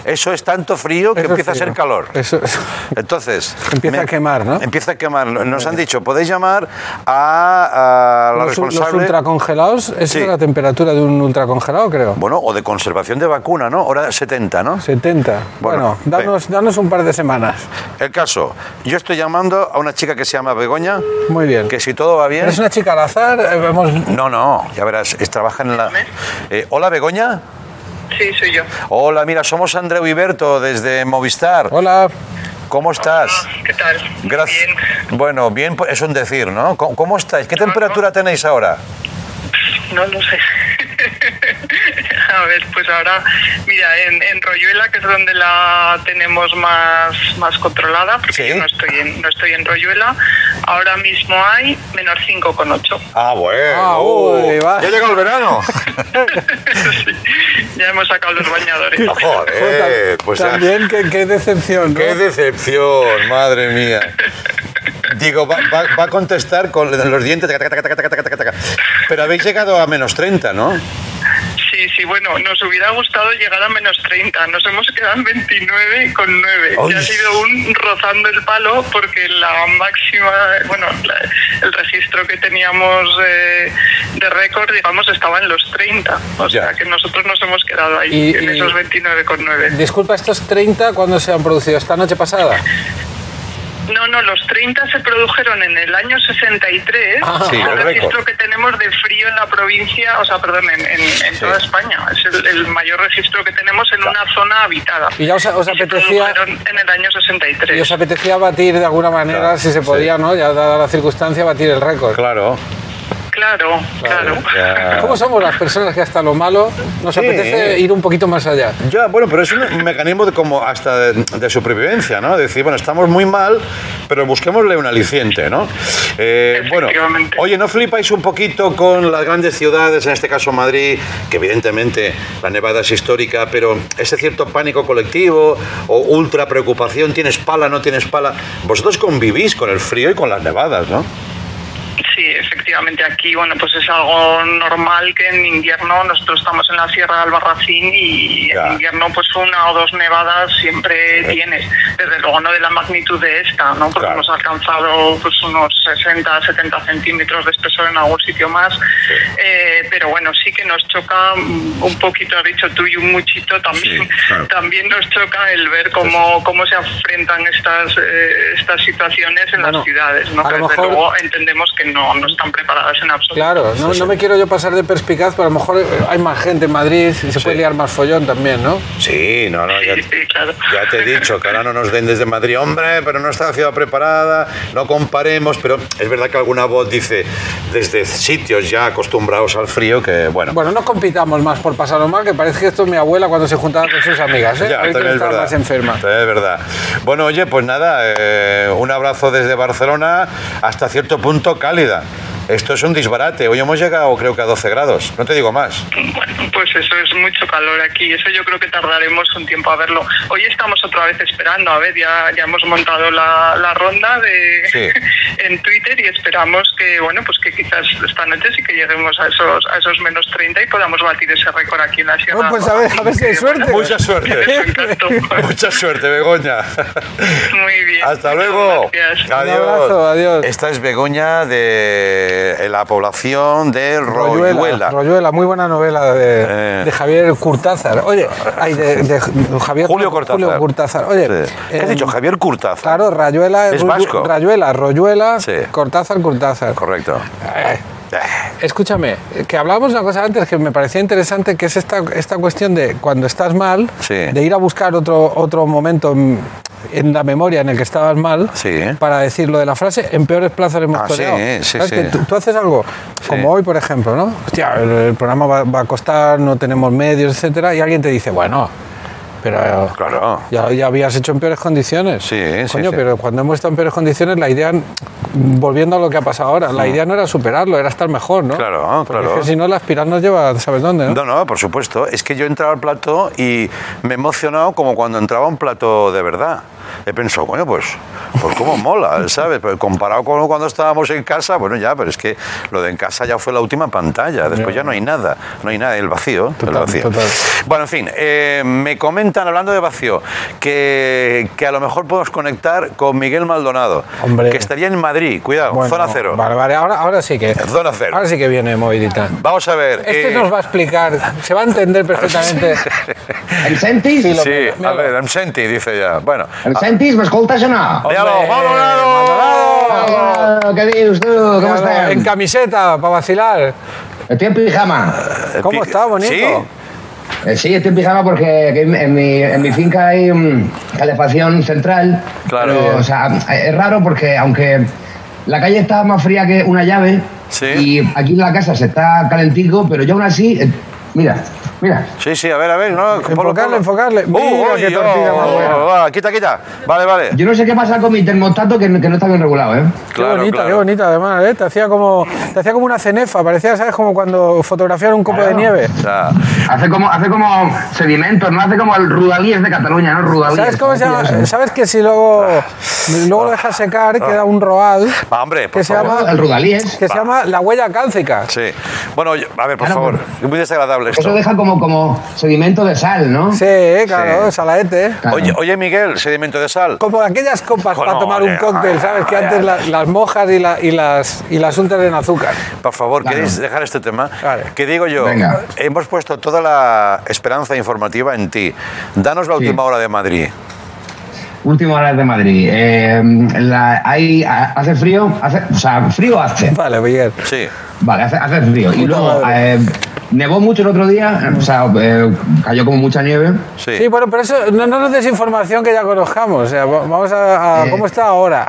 [SPEAKER 4] Eso es tanto frío que
[SPEAKER 5] Eso es
[SPEAKER 4] empieza a
[SPEAKER 5] frío.
[SPEAKER 4] ser calor.
[SPEAKER 5] Eso es-
[SPEAKER 4] Entonces.
[SPEAKER 5] Empieza a quemar, ¿no?
[SPEAKER 4] Empieza a quemar. Nos han dicho, podéis llamar a, a la
[SPEAKER 5] los, los
[SPEAKER 4] responsable.
[SPEAKER 5] ultracongelados, esa
[SPEAKER 4] Sí.
[SPEAKER 5] es la temperatura de un ultracongelado, creo.
[SPEAKER 4] Bueno, o de conservación de vacuna, ¿no? Ahora 70, ¿no?
[SPEAKER 5] 70.
[SPEAKER 4] Bueno,
[SPEAKER 5] Bueno, danos, danos un par de semanas.
[SPEAKER 4] El caso, yo estoy llamando a una chica que se llama Begoña,
[SPEAKER 5] Muy bien.
[SPEAKER 4] que si todo va bien...
[SPEAKER 5] ¿Eres una chica al azar? Eh, Vemos...
[SPEAKER 4] No, no, ya verás, es, trabaja en la... Eh, Hola, Begoña.
[SPEAKER 6] Sí, soy yo.
[SPEAKER 4] Hola, mira, somos Andreu y Berto desde Movistar.
[SPEAKER 5] Hola.
[SPEAKER 4] ¿Cómo estás?
[SPEAKER 6] ¿Qué tal?
[SPEAKER 4] Gracias.
[SPEAKER 6] Bien.
[SPEAKER 4] Bueno, bien, pues, es un decir, ¿no? ¿Cómo, cómo estáis? ¿Qué temperatura tenéis ahora?
[SPEAKER 6] No lo sé. A ver, pues ahora, mira, en, en Royuela, que es donde la tenemos más, más controlada, porque
[SPEAKER 4] Sí.
[SPEAKER 6] yo no estoy, en, no estoy en Royuela, ahora mismo hay menos 5,8.
[SPEAKER 4] Ah, bueno. Uh,
[SPEAKER 5] Ah, uy, va.
[SPEAKER 4] ya llegó el verano.
[SPEAKER 6] ya hemos sacado los bañadores.
[SPEAKER 4] Joder, pues ya-
[SPEAKER 5] También, qué, qué decepción. ¿no?
[SPEAKER 4] Qué decepción, madre mía. Digo, va, va- va a contestar con los dientes. taca, taca, taca, taca, taca, taca, taca. Pero habéis llegado a menos 30, ¿no?
[SPEAKER 6] Sí, sí, bueno, nos hubiera gustado llegar a menos 30. Nos hemos quedado en 29,9. con
[SPEAKER 4] Ay.
[SPEAKER 6] ha sido un rozando el palo porque la máxima, bueno, la- el registro que teníamos eh, de récord, digamos, estaba en los 30. O
[SPEAKER 4] Ya.
[SPEAKER 6] sea que nosotros nos hemos quedado ahí,
[SPEAKER 5] Y-
[SPEAKER 6] en
[SPEAKER 5] y-
[SPEAKER 6] esos 29,9.
[SPEAKER 5] Disculpa, ¿estos 30 cuándo se han producido? ¿Esta noche pasada?
[SPEAKER 6] No, no, los 30 se produjeron en el año 63.
[SPEAKER 5] Ah,
[SPEAKER 4] sí,
[SPEAKER 6] es
[SPEAKER 4] el
[SPEAKER 6] el
[SPEAKER 4] récord.
[SPEAKER 6] registro que tenemos de frío en la provincia, o sea, perdón, en, en- en toda España. Es el, el mayor registro que tenemos en una zona habitada.
[SPEAKER 5] Y ya os, os
[SPEAKER 6] Y se
[SPEAKER 5] apetecía...
[SPEAKER 6] produjeron en el año
[SPEAKER 5] Y
[SPEAKER 6] 63.
[SPEAKER 5] os apetecía batir de alguna manera,
[SPEAKER 4] Claro,
[SPEAKER 5] si se
[SPEAKER 4] sí.
[SPEAKER 5] podía, ¿no? Ya dada la circunstancia, batir el récord.
[SPEAKER 4] Claro.
[SPEAKER 6] Claro, claro.
[SPEAKER 4] ya.
[SPEAKER 5] ¿Cómo somos las personas que hasta lo malo nos
[SPEAKER 4] Sí.
[SPEAKER 5] apetece ir un poquito más allá?
[SPEAKER 4] Ya, bueno, pero es un mecanismo de como hasta de, de supervivencia, ¿no? De decir, bueno, estamos muy mal, pero busquémosle un aliciente, ¿no? Eh, bueno,
[SPEAKER 6] Efectivamente.
[SPEAKER 4] oye, ¿no flipáis un poquito con las grandes ciudades, en este caso Madrid, que evidentemente la nevada es histórica, pero ese cierto pánico colectivo o ultra preocupación, tienes pala, no tienes pala? Vosotros convivís con el frío y con las nevadas, ¿no?
[SPEAKER 6] Sí, efectivamente aquí, bueno, pues es algo normal que en invierno nosotros estamos en la Sierra de Albarracín y
[SPEAKER 4] Ya.
[SPEAKER 6] en invierno pues una o dos nevadas siempre tienes. Desde luego no de la magnitud de esta, ¿no? Porque
[SPEAKER 4] Claro.
[SPEAKER 6] hemos alcanzado pues unos 60, 70 centímetros de espesor en algún sitio más. Eh, pero bueno, sí que nos choca mm, un poquito, ha dicho tú y un muchito también.
[SPEAKER 4] Sí, claro.
[SPEAKER 6] También nos choca el ver cómo, cómo se enfrentan estas, eh, estas situaciones en
[SPEAKER 5] Bueno,
[SPEAKER 6] las ciudades, ¿no?
[SPEAKER 5] a
[SPEAKER 6] Que
[SPEAKER 5] lo
[SPEAKER 6] desde
[SPEAKER 5] mejor-
[SPEAKER 6] luego entendemos que no, no están preparadas en absoluto.
[SPEAKER 5] Claro, no, no me quiero yo pasar de perspicaz, pero a lo mejor eh, hay más gente en Madrid y se puede liar más follón también, ¿no?
[SPEAKER 4] Sí, no, no, ya,
[SPEAKER 6] Sí, sí, claro.
[SPEAKER 4] ya te he dicho que ahora no nos den desde Madrid, hombre, pero no está la ciudad preparada, no comparemos, pero es verdad que alguna voz dice desde sitios ya acostumbrados al frío que, bueno,
[SPEAKER 5] Bueno, no compitamos más por pasarlo mal, que parece que esto es mi abuela cuando se juntaba con sus amigas, ¿eh?
[SPEAKER 4] ya,
[SPEAKER 5] a ver quién
[SPEAKER 4] también es
[SPEAKER 5] estaba
[SPEAKER 4] verdad.
[SPEAKER 5] más enferma.
[SPEAKER 4] También es verdad. Bueno, oye, pues nada, eh, un abrazo desde Barcelona hasta cierto punto cálida. Esto es un disbarate. Hoy hemos llegado creo que a 12 grados. No te digo más.
[SPEAKER 6] Bueno, pues eso es mucho calor aquí. Eso yo creo que tardaremos un tiempo a verlo. Hoy estamos otra vez esperando. A ver, ya, ya hemos montado la, la ronda de
[SPEAKER 4] Sí.
[SPEAKER 6] en Twitter y esperamos que, bueno, pues que quizás esta noche sí que lleguemos a esos, a esos menos 30 y podamos batir ese récord aquí en la Sierra.
[SPEAKER 5] Bueno, pues a ver- a ver si hay
[SPEAKER 6] Que,
[SPEAKER 5] suerte.
[SPEAKER 6] bueno,
[SPEAKER 4] Mucha
[SPEAKER 6] es
[SPEAKER 4] suerte.
[SPEAKER 6] un encanto.
[SPEAKER 4] Mucha suerte, Begoña.
[SPEAKER 6] Muy bien.
[SPEAKER 4] Hasta
[SPEAKER 6] Muchas
[SPEAKER 4] luego.
[SPEAKER 6] Gracias.
[SPEAKER 4] Adiós.
[SPEAKER 5] Un abrazo, adiós.
[SPEAKER 4] Esta es Begoña de la población de Royuela.
[SPEAKER 5] Royuela, muy buena novela de,
[SPEAKER 4] Eh.
[SPEAKER 5] de Javier Curtázar. Oye, ay, de, de Javier
[SPEAKER 4] Julio Cortázar.
[SPEAKER 5] Julio Cortázar. Oye,
[SPEAKER 4] Sí. ¿Qué has
[SPEAKER 5] eh,
[SPEAKER 4] dicho? Javier Curtázar.
[SPEAKER 5] Claro, Rayuela,
[SPEAKER 4] Es
[SPEAKER 5] Ruyu-
[SPEAKER 4] vasco.
[SPEAKER 5] Rayuela, Royuela,
[SPEAKER 4] Sí.
[SPEAKER 5] Cortázar, Curtázar.
[SPEAKER 4] Correcto.
[SPEAKER 5] Eh,
[SPEAKER 4] Eh,
[SPEAKER 5] Escúchame, que hablábamos una cosa antes que me parecía interesante, que es esta, esta cuestión de cuando estás mal,
[SPEAKER 4] Sí.
[SPEAKER 5] de ir a buscar otro, otro momento en, en la memoria en el que estabas mal,
[SPEAKER 4] Sí.
[SPEAKER 5] para decir lo de la frase, en peores plazos hemos
[SPEAKER 4] Ah,
[SPEAKER 5] toreado".
[SPEAKER 4] sí, sí,
[SPEAKER 5] ¿Sabes
[SPEAKER 4] sí.
[SPEAKER 5] que tú, tú haces algo, como hoy por ejemplo, ¿no? Hostia, el, el programa va, va a costar, no tenemos medios, etcétera, y alguien te dice, bueno, pero...
[SPEAKER 4] Claro.
[SPEAKER 5] Ya, ya habías hecho en peores condiciones.
[SPEAKER 4] Sí, sí,
[SPEAKER 5] Coño,
[SPEAKER 4] sí.
[SPEAKER 5] pero cuando hemos estado en peores condiciones, la idea, volviendo a lo que ha pasado ahora, la idea no era superarlo, era estar mejor, ¿no?
[SPEAKER 4] Claro,
[SPEAKER 5] Porque
[SPEAKER 4] claro.
[SPEAKER 5] es que si no, la espiral nos lleva, ¿sabes dónde?
[SPEAKER 4] No,
[SPEAKER 5] No?
[SPEAKER 4] no, por supuesto. Es que yo he entrado al plato y me he emocionado como cuando entraba a un plato de verdad. He pensado, coño, pues, pues cómo mola, ¿sabes? Pero comparado con cuando estábamos en casa, bueno, ya, pero es que lo de en casa ya fue la última pantalla. Después ya no hay nada, no hay nada, el vacío. el
[SPEAKER 5] Total,
[SPEAKER 4] vacío.
[SPEAKER 5] total.
[SPEAKER 4] Bueno, en fin, eh, me comentan, hablando de vacío, que, que a lo mejor podemos conectar con Miguel Maldonado,
[SPEAKER 5] Hombre.
[SPEAKER 4] que estaría en Madrid, cuidado,
[SPEAKER 5] Bueno,
[SPEAKER 4] zona cero.
[SPEAKER 5] Vale, vale, ahora, ahora sí que.
[SPEAKER 4] Zona cero.
[SPEAKER 5] Ahora sí que viene movidita.
[SPEAKER 4] Vamos a ver.
[SPEAKER 5] Este
[SPEAKER 4] eh,
[SPEAKER 5] nos va a explicar, se va a entender perfectamente.
[SPEAKER 7] Em sentis?
[SPEAKER 5] Sí, lo-
[SPEAKER 4] Sí,
[SPEAKER 5] Mira,
[SPEAKER 4] a ver, em senti, dice ya. Bueno, Ah,
[SPEAKER 7] Em sentis? M'escoltes o no?
[SPEAKER 4] Diálogo,
[SPEAKER 5] Maldonado.
[SPEAKER 4] Maldonado.
[SPEAKER 5] Oh.
[SPEAKER 7] Hola, què dius, tu? Com
[SPEAKER 5] en
[SPEAKER 7] estem?
[SPEAKER 5] camiseta, para vacilar.
[SPEAKER 7] Estoy en pijama.
[SPEAKER 5] ¿Cómo está, bonito?
[SPEAKER 4] Eh, Sí,
[SPEAKER 7] Eh, Sí, estoy en pijama porque aquí en, en mi, en mi finca hay mm, calefacción central.
[SPEAKER 4] Claro.
[SPEAKER 7] Pero, o sea, es raro porque aunque la calle está más fría que una llave
[SPEAKER 4] Sí.
[SPEAKER 7] y aquí en la casa se está calentico, pero yo aún así, eh, mira, mira,
[SPEAKER 4] sí, sí, a ver, a ver. No, ponlo, ponlo.
[SPEAKER 5] enfocarle. Mira qué
[SPEAKER 4] uy,
[SPEAKER 5] tortilla más buena.
[SPEAKER 4] oh, va, quita, quita. Vale, vale.
[SPEAKER 7] yo no sé qué pasa con mi termostato que, no- que no está bien regulado, ¿eh?
[SPEAKER 4] Claro,
[SPEAKER 5] qué bonita,
[SPEAKER 4] claro.
[SPEAKER 5] qué bonita además, ¿eh? Te hacía como, te hacía como una cenefa, parecía, ¿sabes? Como cuando fotografiaron un copo de
[SPEAKER 7] Claro.
[SPEAKER 5] nieve.
[SPEAKER 4] Ya.
[SPEAKER 7] Hace como, hace como sedimentos, no hace como el Rudalíes de Cataluña, ¿no? Rudalíes.
[SPEAKER 5] ¿Sabes cómo se llama? ¿Sabes que si luego, luego lo dejas secar,
[SPEAKER 4] Ah.
[SPEAKER 5] queda un roal
[SPEAKER 4] Va, hombre, por
[SPEAKER 5] que se
[SPEAKER 4] favor.
[SPEAKER 5] llama,
[SPEAKER 7] El Rudalíes.
[SPEAKER 5] que se llama la huella cálcica?
[SPEAKER 4] Sí. Bueno, oye, a ver, por
[SPEAKER 7] Claro,
[SPEAKER 4] favor.
[SPEAKER 7] pero-
[SPEAKER 4] Es muy desagradable esto.
[SPEAKER 7] Eso deja como, como sedimento de sal, ¿no?
[SPEAKER 5] Sí, claro, salaete.
[SPEAKER 7] Claro.
[SPEAKER 4] Oye, oye, Miguel, sedimento de sal.
[SPEAKER 5] Como aquellas copas
[SPEAKER 4] Bueno, ah,
[SPEAKER 5] para tomar un
[SPEAKER 4] vale,
[SPEAKER 5] cóctel,
[SPEAKER 4] vale,
[SPEAKER 5] ¿sabes? Que
[SPEAKER 4] vale,
[SPEAKER 5] antes la-
[SPEAKER 4] vale.
[SPEAKER 5] las mojas y, la- y las, y las untas en azúcar.
[SPEAKER 4] Por favor, ¿queréis dejar este tema?
[SPEAKER 5] Vale.
[SPEAKER 4] Que digo yo,
[SPEAKER 7] Venga.
[SPEAKER 4] hemos puesto toda la esperanza informativa en ti. Danos la última hora de Madrid.
[SPEAKER 7] Última hora de Madrid. Eh, la- hay, ha- hace frío, hace, o sea, frío hace.
[SPEAKER 5] Vale, Miguel.
[SPEAKER 4] Sí.
[SPEAKER 7] Vale, hace, hace frío. Y
[SPEAKER 5] Puta
[SPEAKER 7] luego
[SPEAKER 5] madre.
[SPEAKER 7] eh, nevó mucho el otro día, o sea, eh, cayó como mucha nieve.
[SPEAKER 4] Sí.
[SPEAKER 5] Sí, bueno, pero eso no, no nos des información que ya conozcamos. O sea, va- vamos a, a-
[SPEAKER 7] Eh.
[SPEAKER 5] cómo está ahora.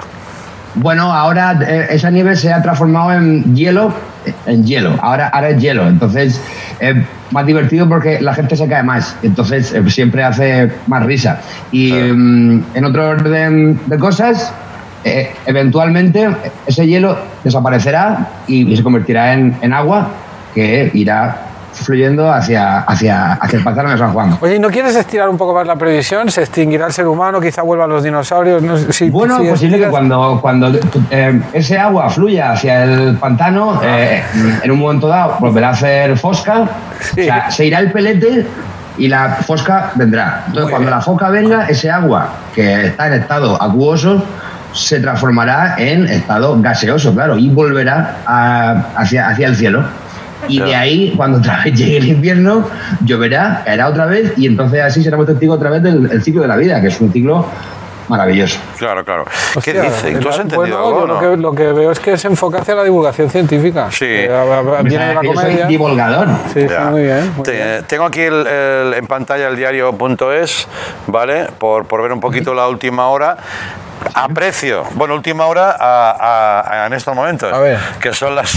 [SPEAKER 7] Bueno, ahora eh, esa nieve se ha transformado en hielo, en hielo. Ahora, ahora es hielo, entonces es más divertido porque la gente se cae más, entonces eh, siempre hace más risa. Y mm, en otro orden de cosas, eh, eventualmente ese hielo desaparecerá y, y se convertirá en, en agua que irá fluyendo hacia, hacia, hacia el pantano de San Juan.
[SPEAKER 5] Oye, ¿y ¿no quieres estirar un poco más la previsión? ¿Se extinguirá el ser humano? ¿Quizá vuelvan los dinosaurios? No sé si-
[SPEAKER 7] Bueno,
[SPEAKER 5] si
[SPEAKER 7] posible que
[SPEAKER 5] estiras-
[SPEAKER 7] cuando, cuando eh, ese agua fluya hacia el pantano, eh, en un momento dado volverá a hacer fosca, o sea, se irá el pelete y la fosca vendrá. Entonces, cuando la foca venga, ese agua que está en estado acuoso se transformará en estado gaseoso, claro, y volverá a- hacia, hacia el cielo. Y de ahí, cuando otra vez llegue el invierno, lloverá, caerá otra vez, y entonces así seremos testigos otra vez del el ciclo de la vida, que es un ciclo maravilloso.
[SPEAKER 4] Claro, claro. ¿Qué
[SPEAKER 5] Hostia,
[SPEAKER 4] dice? ¿Tú has
[SPEAKER 5] el-
[SPEAKER 4] entendido
[SPEAKER 5] bueno,
[SPEAKER 4] algo?
[SPEAKER 5] yo
[SPEAKER 4] o no?
[SPEAKER 5] lo, que, lo que veo es que se enfoca hacia la divulgación científica.
[SPEAKER 4] Sí.
[SPEAKER 5] Que, Eh, a- a-
[SPEAKER 7] Pues
[SPEAKER 5] a- Viene de la
[SPEAKER 7] Yo soy
[SPEAKER 5] comedia.
[SPEAKER 7] divulgador.
[SPEAKER 5] Sí, sí,
[SPEAKER 4] Ya.
[SPEAKER 5] muy bien. muy
[SPEAKER 4] Te-
[SPEAKER 5] bien.
[SPEAKER 4] Tengo aquí el- el- en pantalla el diario.es, ¿vale? Por, por ver un poquito la última hora. Aprecio, bueno, última hora a- a- a- en estos momentos.
[SPEAKER 5] A ver.
[SPEAKER 4] Que son las,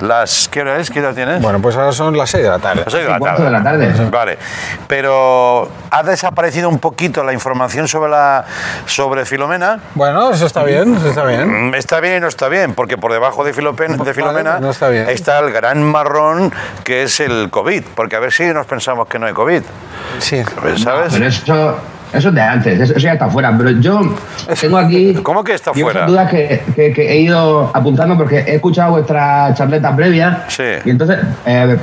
[SPEAKER 4] las. ¿Qué hora es? ¿Qué hora tienes?
[SPEAKER 5] Bueno, pues ahora son las 6 de la tarde.
[SPEAKER 4] Las seis de la
[SPEAKER 7] cuarto
[SPEAKER 4] tarde.
[SPEAKER 7] de la tarde.
[SPEAKER 4] Vale. Pero ha desaparecido un poquito la información sobre, la, sobre Filomena.
[SPEAKER 5] Bueno, eso está bien, eso está bien.
[SPEAKER 4] Mm, Está bien y no está bien, porque por debajo de, Filopen- de Filomena
[SPEAKER 5] no está bien.
[SPEAKER 4] el gran marrón que es el COVID, porque a ver si nos pensamos que no hay COVID,
[SPEAKER 5] Sí.
[SPEAKER 4] ¿sabes?
[SPEAKER 7] Pero eso, eso es de antes, eso, eso ya está fuera. Pero yo tengo aquí.
[SPEAKER 4] ¿Cómo que está
[SPEAKER 7] diversas
[SPEAKER 4] fuera?
[SPEAKER 7] dudas que, que- que he ido apuntando porque he escuchado vuestra charleta previa.
[SPEAKER 4] Sí.
[SPEAKER 7] Y entonces, eh,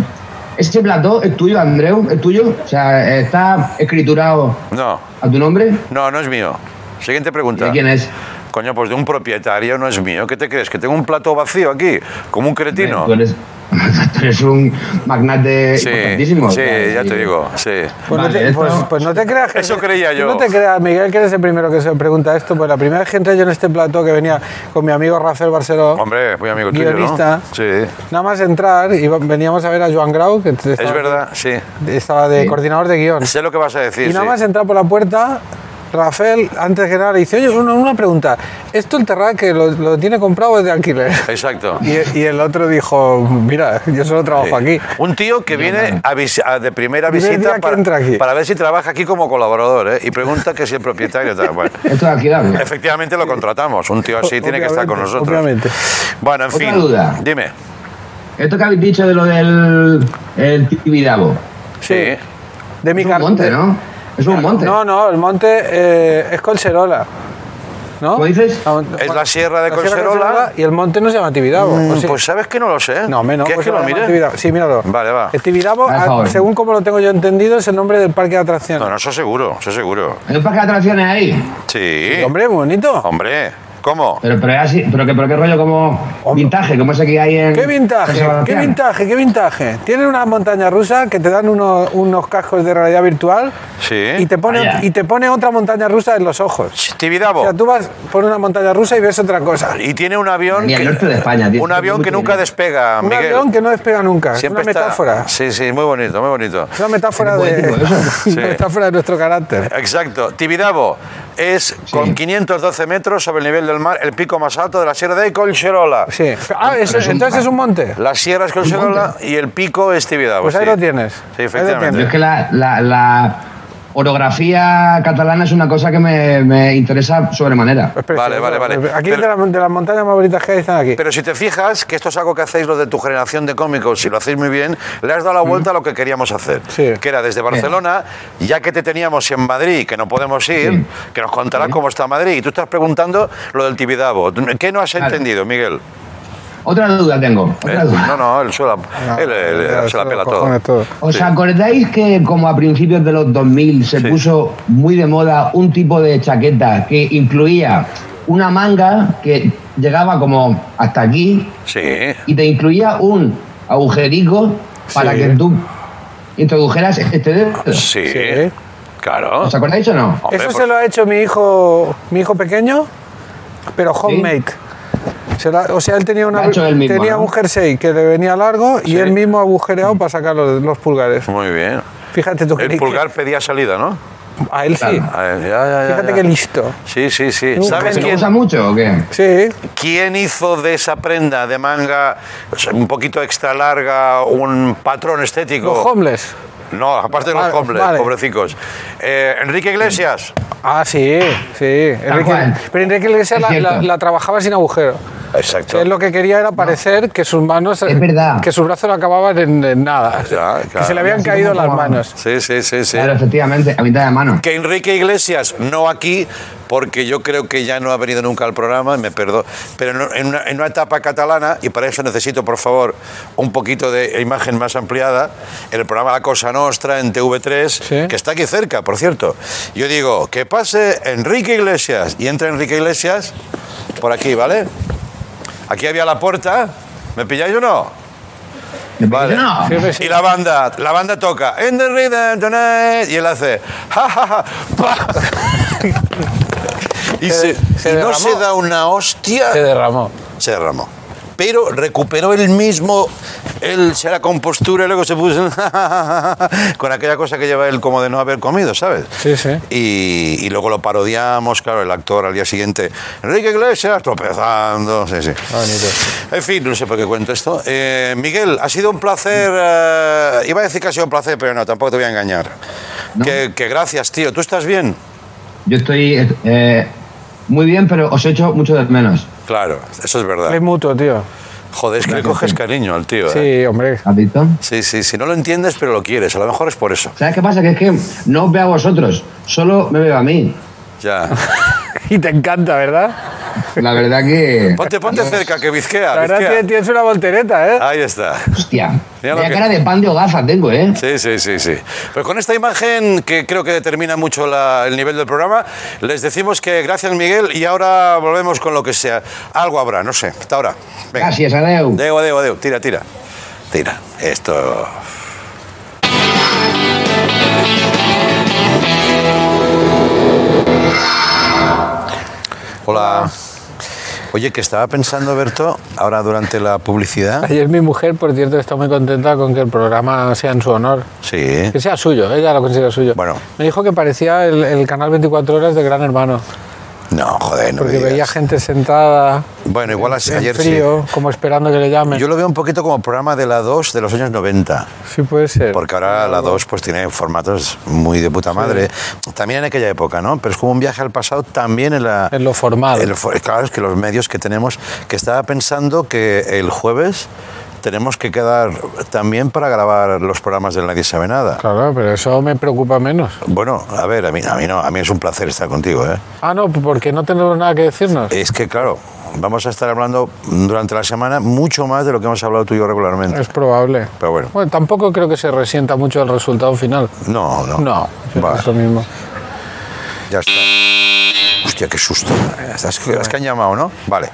[SPEAKER 7] ¿ese plató es tuyo, Andreu? ¿Es tuyo? O sea, ¿está escriturado
[SPEAKER 4] No,
[SPEAKER 7] a tu nombre?
[SPEAKER 4] no, no es mío. Siguiente pregunta.
[SPEAKER 7] ¿De quién es?
[SPEAKER 4] Coño, pues de un propietario no es mío. ¿Qué te crees? ¿Que tengo un plato vacío aquí? Como un cretino.
[SPEAKER 7] Tú eres, tú eres un magnate
[SPEAKER 4] Sí,
[SPEAKER 7] importantísimo.
[SPEAKER 4] sí,
[SPEAKER 7] ¿sabes?
[SPEAKER 4] ya te
[SPEAKER 7] Y-
[SPEAKER 4] digo, sí.
[SPEAKER 5] Pues, no
[SPEAKER 7] Vale,
[SPEAKER 5] te,
[SPEAKER 7] esto-
[SPEAKER 5] pues, pues no te creas que
[SPEAKER 4] Eso creía
[SPEAKER 5] tú
[SPEAKER 4] yo.
[SPEAKER 5] No te creas, Miguel, que eres el primero que se pregunta esto. Pues la primera vez que entré yo en este plató que venía con mi amigo Rafael Barceló,
[SPEAKER 4] Hombre, muy amigo tuyo, ¿no?
[SPEAKER 5] guionista,
[SPEAKER 4] Sí.
[SPEAKER 5] nada más entrar iba- veníamos a ver a Joan Grau, que estaba,
[SPEAKER 4] Es verdad, sí.
[SPEAKER 5] estaba de coordinador de guión.
[SPEAKER 4] Sé lo que vas a decir.
[SPEAKER 5] y nada
[SPEAKER 4] sí.
[SPEAKER 5] más entrar por la puerta, Rafael, antes que nada, le dice, oye, una, una pregunta, ¿esto el terrat que lo, lo tiene comprado es de alquiler?
[SPEAKER 4] Exacto.
[SPEAKER 5] Y, y el otro dijo, mira, yo solo trabajo aquí.
[SPEAKER 4] Un tío que viene a visi- a- de primera
[SPEAKER 5] Primer día
[SPEAKER 4] visita
[SPEAKER 5] que
[SPEAKER 4] para,
[SPEAKER 5] entra aquí.
[SPEAKER 4] para ver si trabaja aquí como colaborador ¿eh? y pregunta que si el propietario tal. Bueno,
[SPEAKER 7] Esto es alquilable.
[SPEAKER 4] efectivamente lo contratamos. Un tío así tiene que estar con
[SPEAKER 5] Obviamente,
[SPEAKER 4] nosotros.
[SPEAKER 5] obviamente.
[SPEAKER 4] Bueno, en
[SPEAKER 7] Otra
[SPEAKER 4] fin.
[SPEAKER 7] duda.
[SPEAKER 4] Dime.
[SPEAKER 7] Esto que habéis dicho de lo del el Tibidabo.
[SPEAKER 4] Sí.
[SPEAKER 5] De mi
[SPEAKER 7] Es un
[SPEAKER 5] car-
[SPEAKER 7] monte, ¿no? Es un monte.
[SPEAKER 5] No, no, el monte eh, es Colserola. ¿No?
[SPEAKER 7] ¿Cómo dices?
[SPEAKER 5] Ah,
[SPEAKER 4] Es la sierra de Collserola.
[SPEAKER 5] Collserola Y el monte no se llama Tibidabo.
[SPEAKER 4] Mm,
[SPEAKER 5] ¿o sí?
[SPEAKER 4] Pues sabes que no lo sé.
[SPEAKER 5] no, pues menos.
[SPEAKER 4] ¿Quieres que lo mire?
[SPEAKER 5] Sí, míralo.
[SPEAKER 4] Vale, va.
[SPEAKER 5] El Tibidabo,
[SPEAKER 7] Por favor.
[SPEAKER 5] a- según como lo tengo yo entendido, es el nombre del parque de atracciones.
[SPEAKER 4] No, no, eso seguro, eso seguro.
[SPEAKER 7] Hay un parque de atracciones ahí.
[SPEAKER 4] Sí.
[SPEAKER 5] Hombre, bonito.
[SPEAKER 4] Hombre, ¿cómo?
[SPEAKER 7] Pero, pero, es así, pero, que, pero qué rollo como vintage, como ese que hay en.
[SPEAKER 5] ¿Qué
[SPEAKER 7] en
[SPEAKER 5] vintaje? ¿Qué
[SPEAKER 7] Sebastián.
[SPEAKER 5] vintaje? ¿Qué vintaje? Tienen una montaña rusa que te dan unos, unos cascos de realidad virtual
[SPEAKER 4] Sí.
[SPEAKER 5] y, te pone,
[SPEAKER 7] Vaya.
[SPEAKER 5] y te pone otra montaña rusa en los ojos. O
[SPEAKER 4] Tibidabo.
[SPEAKER 5] sea, tú vas por una montaña rusa y ves otra cosa.
[SPEAKER 4] Y tiene un avión.
[SPEAKER 7] Ni al
[SPEAKER 4] que-
[SPEAKER 7] norte de España, tío.
[SPEAKER 4] Un avión que nunca despega,
[SPEAKER 5] Un
[SPEAKER 4] Miguel.
[SPEAKER 5] avión que no despega nunca.
[SPEAKER 4] Siempre
[SPEAKER 5] es una
[SPEAKER 4] está-
[SPEAKER 5] metáfora.
[SPEAKER 4] Sí, sí, muy bonito, muy bonito.
[SPEAKER 5] Es una metáfora de,
[SPEAKER 7] poético eso.
[SPEAKER 5] una
[SPEAKER 4] Sí.
[SPEAKER 5] metáfora de nuestro carácter.
[SPEAKER 4] Exacto. Tibidabo es, con 512 metros sobre el nivel del mar, el pico más alto de la sierra de Colcherola.
[SPEAKER 5] Sí. Ah, es-
[SPEAKER 7] es un-
[SPEAKER 5] entonces es un monte.
[SPEAKER 4] La sierra es Colcherola y el pico es Tibidabo.
[SPEAKER 5] Pues ahí
[SPEAKER 4] sí.
[SPEAKER 5] lo tienes.
[SPEAKER 4] Sí,
[SPEAKER 5] Ahí lo
[SPEAKER 4] efectivamente.
[SPEAKER 5] tienes.
[SPEAKER 7] Yo es que la, la, la orografía catalana es una cosa que me, me interesa sobremanera.
[SPEAKER 5] Es precioso.
[SPEAKER 4] Vale, vale, vale.
[SPEAKER 5] Aquí
[SPEAKER 4] Pero-
[SPEAKER 5] de, las- de las montañas más bonitas que hay están aquí.
[SPEAKER 4] Pero si te fijas, que esto es algo que hacéis los de tu generación de cómicos, si lo hacéis muy bien, le has dado la vuelta a lo que queríamos hacer,
[SPEAKER 5] Sí.
[SPEAKER 4] que era desde Barcelona, ya que te teníamos en Madrid, que no podemos ir, que nos contarás cómo está Madrid. Y tú estás preguntando lo del Tibidabo. ¿Qué no has entendido, Miguel?
[SPEAKER 7] Otra duda tengo.
[SPEAKER 4] ¿Eh?
[SPEAKER 7] Otra duda.
[SPEAKER 4] No, no, él, suela- él, él, él
[SPEAKER 5] Ah, Ya,
[SPEAKER 4] se la
[SPEAKER 5] los
[SPEAKER 4] pela todo.
[SPEAKER 5] cojones todo.
[SPEAKER 7] ¿Os
[SPEAKER 4] Sí.
[SPEAKER 7] acordáis que como a principios de los 2000 se puso muy de moda un tipo de chaqueta que incluía una manga que llegaba como hasta aquí
[SPEAKER 4] Sí.
[SPEAKER 7] y te incluía un agujerico para
[SPEAKER 5] Sí.
[SPEAKER 7] que tú introdujeras este dedo?
[SPEAKER 4] Sí.
[SPEAKER 5] Sí.
[SPEAKER 4] Claro.
[SPEAKER 7] ¿Os acordáis o no?
[SPEAKER 4] Hombre,
[SPEAKER 5] Eso
[SPEAKER 4] por-
[SPEAKER 5] se lo ha hecho mi hijo, mi hijo pequeño, pero homemade. Se la- o sea, él tenía, una,
[SPEAKER 7] Lo ha hecho él mismo,
[SPEAKER 5] tenía
[SPEAKER 7] ¿no?
[SPEAKER 5] un jersey que le venía largo y
[SPEAKER 4] Sí.
[SPEAKER 5] él mismo agujereado para sacar los, los pulgares.
[SPEAKER 4] Muy bien.
[SPEAKER 5] Fíjate tú qué
[SPEAKER 4] El
[SPEAKER 5] lique.
[SPEAKER 4] pulgar pedía salida, ¿no?
[SPEAKER 5] A él sí.
[SPEAKER 4] A ver, ya, ya, ya,
[SPEAKER 5] Fíjate
[SPEAKER 4] ya.
[SPEAKER 5] qué listo.
[SPEAKER 4] Sí, sí, sí.
[SPEAKER 5] Uh,
[SPEAKER 4] ¿Sabes
[SPEAKER 7] ¿Se
[SPEAKER 4] quién,
[SPEAKER 7] usa mucho o qué?
[SPEAKER 5] Sí.
[SPEAKER 4] quién hizo de esa prenda de manga o sea, un poquito extra larga un patrón estético?
[SPEAKER 5] Los homeless.
[SPEAKER 4] No, aparte de los
[SPEAKER 5] Vale,
[SPEAKER 4] hombres,
[SPEAKER 5] vale.
[SPEAKER 4] pobrecicos. Eh, Enrique Iglesias.
[SPEAKER 5] Ah, sí, sí. Enrique-
[SPEAKER 7] cual.
[SPEAKER 5] pero Enrique Iglesias
[SPEAKER 7] Es
[SPEAKER 5] la,
[SPEAKER 7] cierto.
[SPEAKER 5] la- la trabajaba sin agujero. O
[SPEAKER 4] Exacto.
[SPEAKER 5] sea, él lo que quería era parecer que sus manos,
[SPEAKER 7] Es verdad.
[SPEAKER 5] que sus brazos no acababan en, en nada.
[SPEAKER 4] Ya,
[SPEAKER 5] Que
[SPEAKER 4] claro.
[SPEAKER 5] se le habían
[SPEAKER 7] Así
[SPEAKER 5] caído
[SPEAKER 7] como
[SPEAKER 5] las
[SPEAKER 7] acababan.
[SPEAKER 5] manos.
[SPEAKER 4] Sí, sí, sí, sí.
[SPEAKER 7] Claro, efectivamente, a mitad de mano.
[SPEAKER 4] Que Enrique Iglesias, no aquí, porque yo creo que ya no ha venido nunca al programa, me perdón, pero no- en una, en una etapa catalana, y para eso necesito, por favor, un poquito de imagen más ampliada, en el programa La Cosa Nostra, en TV3,
[SPEAKER 5] Sí.
[SPEAKER 4] que está aquí cerca, por cierto. Yo digo, que pase Enrique Iglesias, y entra Enrique Iglesias por aquí, ¿vale? Aquí había la puerta, ¿me pilláis o no?
[SPEAKER 7] ¿Me
[SPEAKER 4] Vale.
[SPEAKER 7] parece? No.
[SPEAKER 5] Sí, sí, sí.
[SPEAKER 4] Y la banda, la banda toca "In the rhythm tonight", y él hace "Ja, ja, ja, pa". y, se-
[SPEAKER 5] se
[SPEAKER 4] y no
[SPEAKER 5] derramó.
[SPEAKER 4] se da una hostia,
[SPEAKER 5] Se derramó.
[SPEAKER 4] se derramó. Pero recuperó él mismo, él se la compostura y luego se puso "Ja, ja, ja, ja", con aquella cosa que lleva él como de no haber comido, ¿sabes?
[SPEAKER 5] Sí, sí.
[SPEAKER 4] Y, y luego lo parodiamos, claro, el actor al día siguiente, Enrique Iglesias, tropezando, sí, sí.
[SPEAKER 5] Bonito.
[SPEAKER 4] En fin, no sé por qué cuento esto. Eh, Miguel, ha sido un placer, eh, iba a decir que ha sido un placer, pero no, tampoco te voy a engañar. Que, que gracias, tío. ¿Tú estás bien?
[SPEAKER 7] Yo estoy eh, muy bien, pero os echo mucho de menos.
[SPEAKER 4] Claro, eso es
[SPEAKER 5] Es
[SPEAKER 4] verdad.
[SPEAKER 5] mutuo, tío.
[SPEAKER 4] Joder, es que le
[SPEAKER 7] Gracias,
[SPEAKER 4] coges
[SPEAKER 7] tío.
[SPEAKER 4] cariño al tío. ¿eh?
[SPEAKER 5] Sí, hombre.
[SPEAKER 7] ¿Has visto?
[SPEAKER 4] Sí, sí, sí. No lo entiendes, pero lo quieres. A lo mejor es por eso.
[SPEAKER 7] ¿Sabes qué pasa? Que es que no os veo a vosotros, solo me veo a mí.
[SPEAKER 4] Ya.
[SPEAKER 5] Y te encanta, ¿verdad?
[SPEAKER 7] La verdad que.
[SPEAKER 4] Ponte, ponte cerca, que bizquea.
[SPEAKER 5] La verdad
[SPEAKER 4] bizquea.
[SPEAKER 5] tienes- tienes una voltereta, ¿eh?
[SPEAKER 4] Ahí está.
[SPEAKER 7] Hostia.
[SPEAKER 4] Mira lo
[SPEAKER 7] Vaya
[SPEAKER 4] que-
[SPEAKER 7] cara de pan de hogaza tengo, ¿eh?
[SPEAKER 4] Sí, sí, sí, sí. Pues con esta imagen, que creo que determina mucho la- el nivel del programa, les decimos que gracias Miguel y ahora volvemos con lo que sea. Algo habrá, no sé. Hasta ahora. Venga.
[SPEAKER 7] Gracias, adeu.
[SPEAKER 4] Deo, deo, deo. Tira, tira. Tira. Esto. Hola. Oye, que estaba pensando, Berto, ahora durante la publicidad.
[SPEAKER 5] Ayer mi mujer, por cierto, está muy contenta con que el programa sea en su honor.
[SPEAKER 4] Sí.
[SPEAKER 5] Que sea suyo, ella lo considera suyo.
[SPEAKER 4] Bueno.
[SPEAKER 5] Me dijo que parecía el, el canal 24 horas de Gran Hermano,
[SPEAKER 4] No, joder, no me
[SPEAKER 5] porque
[SPEAKER 4] digas.
[SPEAKER 5] veía gente sentada,
[SPEAKER 4] Bueno, igual así,
[SPEAKER 5] en
[SPEAKER 4] ayer
[SPEAKER 5] frío, como esperando que le
[SPEAKER 4] sí.
[SPEAKER 5] llamen.
[SPEAKER 4] Yo lo veo un poquito como programa de la 2 de los años 90,
[SPEAKER 5] Sí puede ser.
[SPEAKER 4] porque ahora la 2 pues tiene formatos muy de puta madre. También en aquella época, ¿no? Pero es como un viaje al pasado también en la...
[SPEAKER 5] En lo formal.
[SPEAKER 4] en lo for- claro, es que los medios que tenemos, que estaba pensando que el jueves tenemos que quedar también para grabar los programas de Nadie Sabe Nada.
[SPEAKER 5] Claro, pero eso me preocupa menos.
[SPEAKER 4] Bueno, a ver, a mí, a mí no, a mí es un placer estar contigo, ¿eh?
[SPEAKER 5] Ah, no, porque no tenemos nada que decirnos.
[SPEAKER 4] Es que, claro, vamos a estar hablando durante la semana mucho más de lo que hemos hablado tú y yo regularmente.
[SPEAKER 5] Es probable.
[SPEAKER 4] Pero bueno.
[SPEAKER 5] Bueno, tampoco creo que se resienta mucho el resultado final.
[SPEAKER 4] No, no.
[SPEAKER 5] No,
[SPEAKER 4] Vale,
[SPEAKER 5] es lo mismo.
[SPEAKER 4] ya está. Hostia, qué susto. Las que, las que han llamado, ¿no? Vale.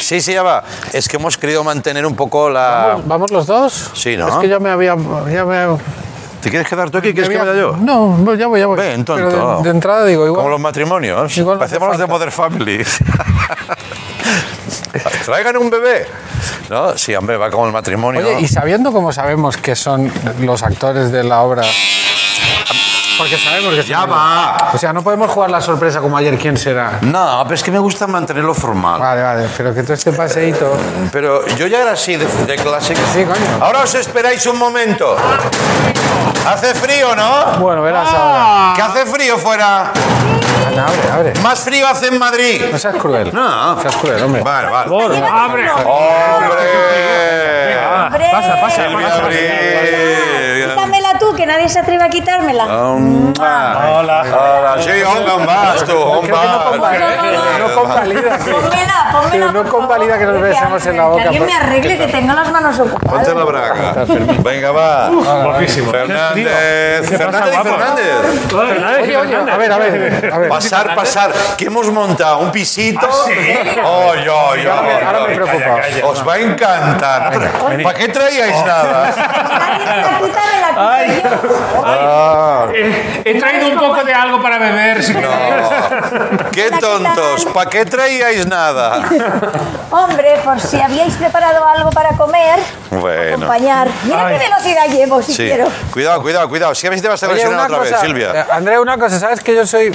[SPEAKER 4] Sí, sí, ya va. Es que hemos querido mantener un poco la...
[SPEAKER 5] ¿Vamos, vamos los dos?
[SPEAKER 4] Sí, ¿no?
[SPEAKER 5] Es que ya me había... Ya me,
[SPEAKER 4] ¿Te quieres quedar tú aquí? ¿Quieres que
[SPEAKER 5] había-
[SPEAKER 4] vaya yo?
[SPEAKER 5] No, no, ya voy, ya voy.
[SPEAKER 4] Ven,
[SPEAKER 5] Pero
[SPEAKER 4] tonto.
[SPEAKER 5] de, de entrada digo, igual...
[SPEAKER 4] Como los matrimonios.
[SPEAKER 5] Igual no hace
[SPEAKER 4] Parecemos los de
[SPEAKER 5] falta.
[SPEAKER 4] Mother Family. Traigan un bebé. ¿No? Sí, hombre, va como el matrimonio.
[SPEAKER 5] Oye, y sabiendo cómo sabemos que son los actores de la obra. Porque sabemos que son
[SPEAKER 4] Ya
[SPEAKER 5] ellos.
[SPEAKER 4] va.
[SPEAKER 5] O sea, no podemos jugar la sorpresa como ayer, ¿quién será?
[SPEAKER 4] No, pero es que me gusta mantenerlo formal.
[SPEAKER 5] Vale, vale, pero que todo este paseíto.
[SPEAKER 4] Pero yo ya era así de, de clásico.
[SPEAKER 5] Sí, coño.
[SPEAKER 4] Ahora os esperáis un momento. Hace frío, ¿no? Ah,
[SPEAKER 5] Bueno, verás ahora.
[SPEAKER 4] Que hace frío fuera.
[SPEAKER 5] Ana, abre, abre.
[SPEAKER 4] Más frío hace en Madrid.
[SPEAKER 5] No seas cruel.
[SPEAKER 4] No.
[SPEAKER 5] No seas cruel, hombre.
[SPEAKER 4] Vale, vale.
[SPEAKER 5] abre.
[SPEAKER 4] ¡Hombre!
[SPEAKER 8] Hombre,
[SPEAKER 5] Pasa, pasa,
[SPEAKER 4] Silvia
[SPEAKER 5] pasa.
[SPEAKER 4] Abril.
[SPEAKER 8] Quítamela tú, que nadie se atreve a quitármela.
[SPEAKER 4] Hola. Hola. Sí, hombre, vas tú, hombre.
[SPEAKER 5] Creo que no convalida. No convalida. que-
[SPEAKER 8] Pónmela, pónmela.
[SPEAKER 5] Pero no
[SPEAKER 8] por favor.
[SPEAKER 5] convalida que nos besemos en la boca,
[SPEAKER 8] Que alguien me
[SPEAKER 5] por-
[SPEAKER 8] arregle que tenga las manos ocupadas.
[SPEAKER 4] Ponte la
[SPEAKER 5] Ah,
[SPEAKER 4] braga. Venga, va. Fernández. Fernández y Fernández.
[SPEAKER 5] Oye, oye, a ver, a ver. A ver.
[SPEAKER 4] Pasar, pasar. ¿Qué hemos montado? ¿Un pisito? Oh, yo, yo.
[SPEAKER 5] Ah, Ahora me preocupa.
[SPEAKER 4] Os va a encantar. ¿Para qué traíais nada?
[SPEAKER 8] Nadie me la quita, me la quito yo.
[SPEAKER 4] Ah,
[SPEAKER 9] Eh, he traído un poco de algo para beber. si queréis.
[SPEAKER 4] no. ¡Qué tontos! ¿Para qué traíais nada?
[SPEAKER 8] Hombre, por si habíais preparado algo para comer,
[SPEAKER 4] Bueno.
[SPEAKER 8] acompañar. Mira qué velocidad llevo, si
[SPEAKER 4] Sí.
[SPEAKER 8] quiero.
[SPEAKER 4] Cuidado, cuidado, cuidado. Si a veces te vas a
[SPEAKER 5] Oye,
[SPEAKER 4] lesionar
[SPEAKER 5] una
[SPEAKER 4] otra
[SPEAKER 5] cosa,
[SPEAKER 4] vez, Silvia.
[SPEAKER 5] eh, Andrea, una cosa, ¿sabes que yo soy...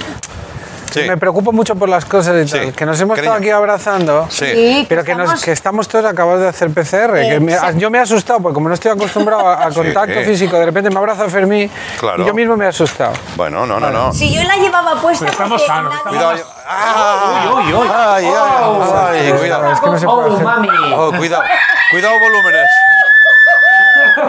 [SPEAKER 4] Sí.
[SPEAKER 5] Me preocupo mucho por las cosas y
[SPEAKER 4] Sí.
[SPEAKER 5] tal. Que nos hemos
[SPEAKER 4] Cariño.
[SPEAKER 5] estado aquí abrazando.
[SPEAKER 4] Sí.
[SPEAKER 5] Pero que, nos,
[SPEAKER 8] estamos-
[SPEAKER 5] que estamos todos acabados de hacer PCR. que me-
[SPEAKER 8] Exacto.
[SPEAKER 5] yo me he asustado, porque como no estoy acostumbrado a, a contacto
[SPEAKER 4] Sí.
[SPEAKER 5] físico, de repente me abraza Fermín
[SPEAKER 4] Claro.
[SPEAKER 5] y yo mismo me he asustado.
[SPEAKER 4] Bueno, no, no, no.
[SPEAKER 8] Si yo la llevaba puesta...
[SPEAKER 9] Pero estamos
[SPEAKER 8] porque
[SPEAKER 9] sanos,
[SPEAKER 8] nadie-
[SPEAKER 4] Cuidado. ¡Ah!
[SPEAKER 9] Uy, Oh, uy, uy.
[SPEAKER 4] Ay, ay, ay, cuidado.
[SPEAKER 5] Es que no se puede hacer.
[SPEAKER 4] Oh, cuidado. Cuidado volúmenes.